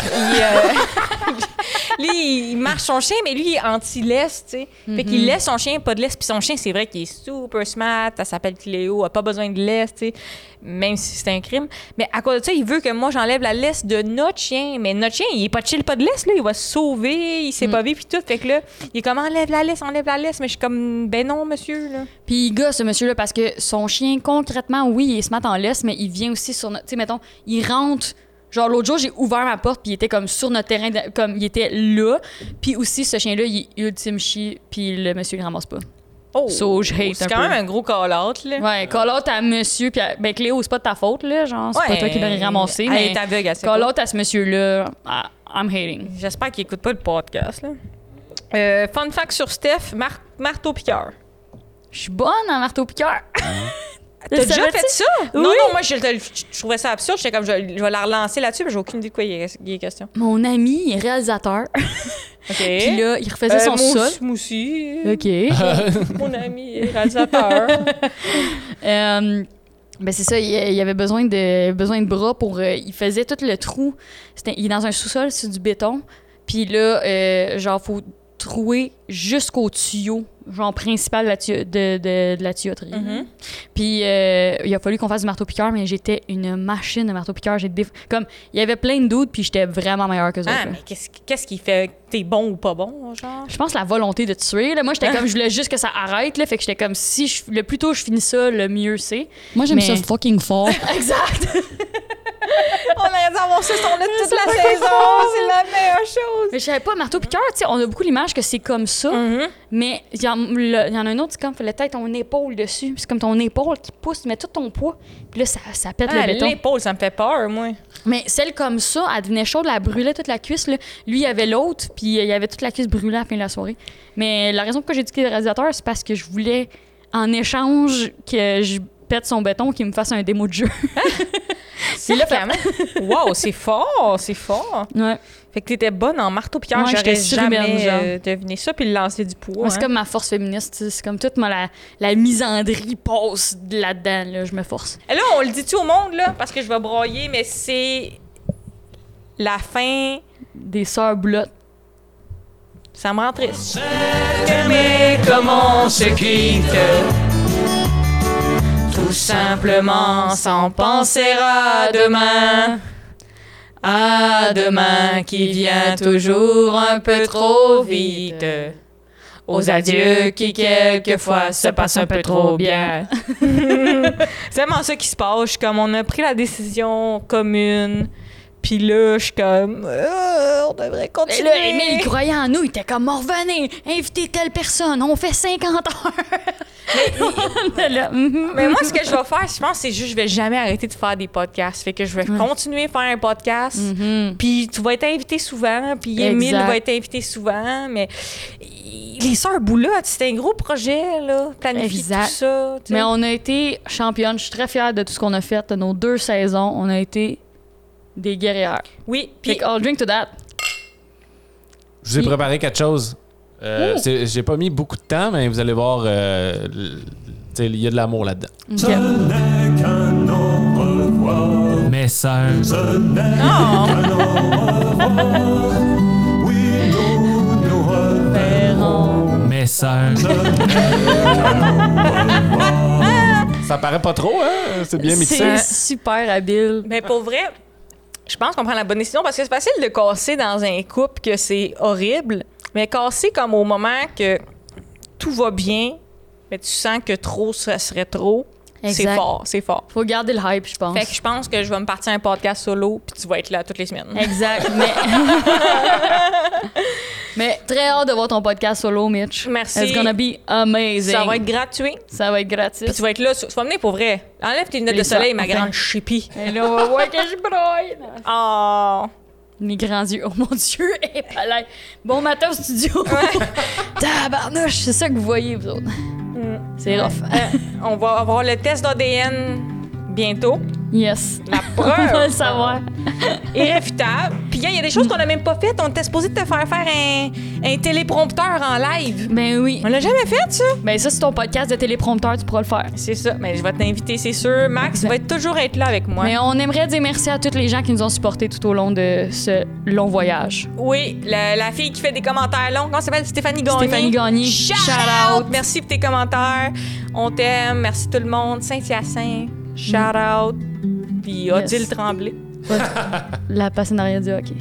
[SPEAKER 1] Il, euh, lui, il marche son chien, mais lui, il est anti-laisse, tu sais. Fait
[SPEAKER 2] Mm-hmm.
[SPEAKER 1] qu'il laisse son chien, pas de laisse. Puis son chien, c'est vrai qu'il est super smart. Elle s'appelle Cléo, elle a pas besoin de laisse, tu sais. Même si c'est un crime. Mais à cause de ça, il veut que moi, j'enlève la laisse de notre chien. Mais notre chien, il est pas chill, pas de laisse, là. Il va se sauver, il s'est
[SPEAKER 2] Mm.
[SPEAKER 1] pas vu, puis tout. Fait que là, il est comme, enlève la laisse, enlève la laisse. Mais je suis comme, ben non, monsieur, là.
[SPEAKER 2] Puis il gosse, ce monsieur-là, parce que son chien, concrètement, oui, il se met en laisse, mais il vient aussi sur notre. Tu sais, mettons, il rentre. Genre, l'autre jour, j'ai ouvert ma porte, puis il était comme sur notre terrain, de- comme il était là. Puis aussi, ce chien-là, il est ultime chi, puis le monsieur, il le ramasse pas.
[SPEAKER 1] Oh!
[SPEAKER 2] So, je hate
[SPEAKER 1] C'est
[SPEAKER 2] un
[SPEAKER 1] quand
[SPEAKER 2] peu.
[SPEAKER 1] même un gros call-out, là.
[SPEAKER 2] Ouais, call out à monsieur, puis à- ben Cléo, c'est pas de ta faute, là. Genre, c'est pas toi qui devrais ramasser,
[SPEAKER 1] elle
[SPEAKER 2] mais
[SPEAKER 1] est aveugle, elle sait
[SPEAKER 2] call
[SPEAKER 1] pas.
[SPEAKER 2] out à ce monsieur-là, I- I'm hating.
[SPEAKER 1] J'espère qu'il écoute pas le podcast, là. Euh, fun fact sur Steph, Mar- marteau piqueur.
[SPEAKER 2] Je suis bonne en marteau-piqueur.
[SPEAKER 1] T'as déjà fait ça? Non,
[SPEAKER 2] Oui.
[SPEAKER 1] non, moi, je, je- je trouvais ça absurde. J'étais comme, je, vais- je vais la relancer là-dessus, mais j'ai aucune idée de quoi il est, il est question.
[SPEAKER 2] Mon ami, il est réalisateur.
[SPEAKER 1] OK.
[SPEAKER 2] Puis là, il refaisait son sol.
[SPEAKER 1] Moussi,
[SPEAKER 2] OK.
[SPEAKER 1] Euh, mon ami réalisateur.
[SPEAKER 2] Euh, ben c'est ça, il, il avait besoin de, besoin de bras pour... euh, il faisait tout le trou. C'était- il est dans un sous-sol, c'est du béton. Puis là, euh, genre, faut trouer jusqu'au tuyau, genre principal de la, tuyau- de, de- de la tuyauterie.
[SPEAKER 1] Mhm.
[SPEAKER 2] Puis euh, il a fallu qu'on fasse du marteau-piqueur, mais j'étais une machine de marteau-piqueur. J'ai déf- Comme, il y avait plein de doutes, puis j'étais vraiment meilleure que eux
[SPEAKER 1] ah,
[SPEAKER 2] autres, là.
[SPEAKER 1] mais qu'est-ce qu'est-ce qui fait que t'es bon ou pas bon, genre?
[SPEAKER 2] Je pense la volonté de tuer. Là. Moi, j'étais comme, je voulais juste que ça arrête. Là. Fait que j'étais comme, si je- le plus tôt je finis ça, le mieux c'est.
[SPEAKER 8] Moi, j'aime
[SPEAKER 2] Mais-
[SPEAKER 8] ça fucking fort.
[SPEAKER 1] On aurait dû avoir ce son-là toute la saison, c'est la meilleure chose.
[SPEAKER 2] Mais je savais pas, marteau piqueur, tu sais, on a beaucoup l'image que c'est comme ça, mais il y, en le- il y en a un autre, c'est comme, fallait peut-être ton épaule dessus. C'est comme ton épaule qui pousse, tu mets tout ton poids, puis là, ça, ça pète
[SPEAKER 1] Ah,
[SPEAKER 2] le béton.
[SPEAKER 1] L'épaule, ça me fait peur, moi.
[SPEAKER 2] Mais celle comme ça, elle devenait chaude, elle brûlait toute la cuisse. là. Lui, il y avait l'autre, puis euh, il y avait toute la cuisse brûlée à la fin de la soirée. Mais la raison pourquoi j'ai dit qu'il est réalisateur, c'est parce que je voulais, en échange, que je pète son béton, qu'il me fasse un démo de jeu.
[SPEAKER 1] C'est là quand même. Wow, c'est fort, c'est fort.
[SPEAKER 2] Ouais.
[SPEAKER 1] Fait que t'étais bonne en marteau piqueur,
[SPEAKER 2] Ouais,
[SPEAKER 1] j'aurais
[SPEAKER 2] j'étais surhumaine,
[SPEAKER 1] jamais
[SPEAKER 2] genre.
[SPEAKER 1] euh, deviné ça, puis le lancer du poids.
[SPEAKER 2] Moi, C'est
[SPEAKER 1] hein.
[SPEAKER 2] comme ma force féministe. tu sais, C'est comme toute ma, la, la misandrie passe de là-dedans. Là, je me force.
[SPEAKER 1] Et là, on le dit-tu au monde, là? Parce que je vais broyer, mais c'est la fin.
[SPEAKER 2] Des sœurs boulottes.
[SPEAKER 1] Ça me rend triste.
[SPEAKER 5] Aimer comme on se quitte.
[SPEAKER 1] Tout simplement, sans penser à demain. À demain qui vient toujours un peu trop vite. Aux adieux qui quelquefois se passent un peu trop bien. C'est vraiment ça qui se passe. Je suis comme, on a pris la décision commune. Puis là, je suis comme, euh, on devrait
[SPEAKER 2] Et
[SPEAKER 1] continuer.
[SPEAKER 2] Ben là, Émile croyait en nous. Il était comme, revenez, invitez telle personne. On fait 50 heures.
[SPEAKER 8] De là, mhm.
[SPEAKER 1] Mais moi, ce que je vais faire, je pense, c'est juste je vais jamais arrêter de faire des podcasts. Fait que je vais continuer à faire un podcast. Puis tu vas être invité souvent. Puis
[SPEAKER 2] Mm. Exact.
[SPEAKER 1] Emile va être invité souvent. Mais les Sœurs Boula, c'était un gros projet, là. Planifier
[SPEAKER 2] Exact.
[SPEAKER 1] tout ça. tu sais.
[SPEAKER 2] Mais on a été championne. Je suis très fière de tout ce qu'on a fait. De nos deux saisons, on a été des guerrières.
[SPEAKER 1] Oui,
[SPEAKER 2] Puis,
[SPEAKER 1] puis
[SPEAKER 2] I'll drink to that.
[SPEAKER 3] Je vous ai
[SPEAKER 2] Puis-
[SPEAKER 3] préparé quelque chose. Euh, c'est- J'ai pas mis beaucoup de temps, mais vous allez voir, euh, l- tu sais, il y a de l'amour là-dedans.
[SPEAKER 5] Ce n'est qu'un au revoir.
[SPEAKER 3] Mes sœurs.
[SPEAKER 5] Ce n'est qu'un au revoir. Oui, nous nous reverrons.
[SPEAKER 3] Mes sœurs. Ça paraît pas trop, hein? C'est bien mixé.
[SPEAKER 2] C'est super habile.
[SPEAKER 1] mais ben, pour vrai, je pense qu'on prend la bonne décision parce que c'est facile de casser dans un couple que c'est horrible. Mais casser comme au moment que tout va bien, mais tu sens que trop, ça serait trop. C'est
[SPEAKER 2] Exact.
[SPEAKER 1] fort, c'est fort.
[SPEAKER 2] Faut garder le hype, je pense.
[SPEAKER 1] Fait que je pense que je vais me partir un podcast solo, puis tu vas être là toutes les semaines.
[SPEAKER 2] Exact. Mais... mais très hâte de voir ton podcast solo, Mitch.
[SPEAKER 1] Merci.
[SPEAKER 2] It's gonna be amazing.
[SPEAKER 1] Ça va être gratuit,
[SPEAKER 2] Ça va être gratuit.
[SPEAKER 1] puis tu vas être là. sur- Tu vas venir pour vrai. Enlève tes lunettes
[SPEAKER 2] Les
[SPEAKER 1] de soleil,
[SPEAKER 2] soirs,
[SPEAKER 1] ma
[SPEAKER 2] enfin.
[SPEAKER 1] grande chipie.
[SPEAKER 2] Et là, on va voir que je broye.
[SPEAKER 1] Oh!
[SPEAKER 2] Mes grands yeux. Oh mon Dieu, hé, palais. Bon matin au studio. Tabarnouche, c'est ça que vous voyez, vous autres. C'est rough.
[SPEAKER 1] Euh, on va avoir le test d'ADN bientôt.
[SPEAKER 2] Yes.
[SPEAKER 1] La
[SPEAKER 2] On va le
[SPEAKER 1] preuve
[SPEAKER 2] savoir.
[SPEAKER 1] irréfutable. Puis hein, il y a des choses qu'on n'a même pas faites. On était supposé te faire faire un, un téléprompteur en live.
[SPEAKER 2] Ben oui.
[SPEAKER 1] On l'a jamais fait, ça.
[SPEAKER 2] Ben ça, c'est ton podcast de téléprompteur, tu pourras le faire.
[SPEAKER 1] C'est ça. Mais je vais t'inviter, c'est sûr. Max va être- toujours être là avec moi.
[SPEAKER 2] Mais on aimerait dire merci à toutes les gens qui nous ont supportés tout au long de ce long voyage.
[SPEAKER 1] Oui, la, la fille qui fait des commentaires longs. Comment ça s'appelle? Stéphanie Gagné.
[SPEAKER 2] Stéphanie Gagné,
[SPEAKER 1] Shout,
[SPEAKER 2] shout
[SPEAKER 1] out! Merci pour tes commentaires. On t'aime. Merci tout le monde. Saint-Hyacinthe. Shout out. Puis Odile Tremblay.
[SPEAKER 2] La passe en arrière du hockey.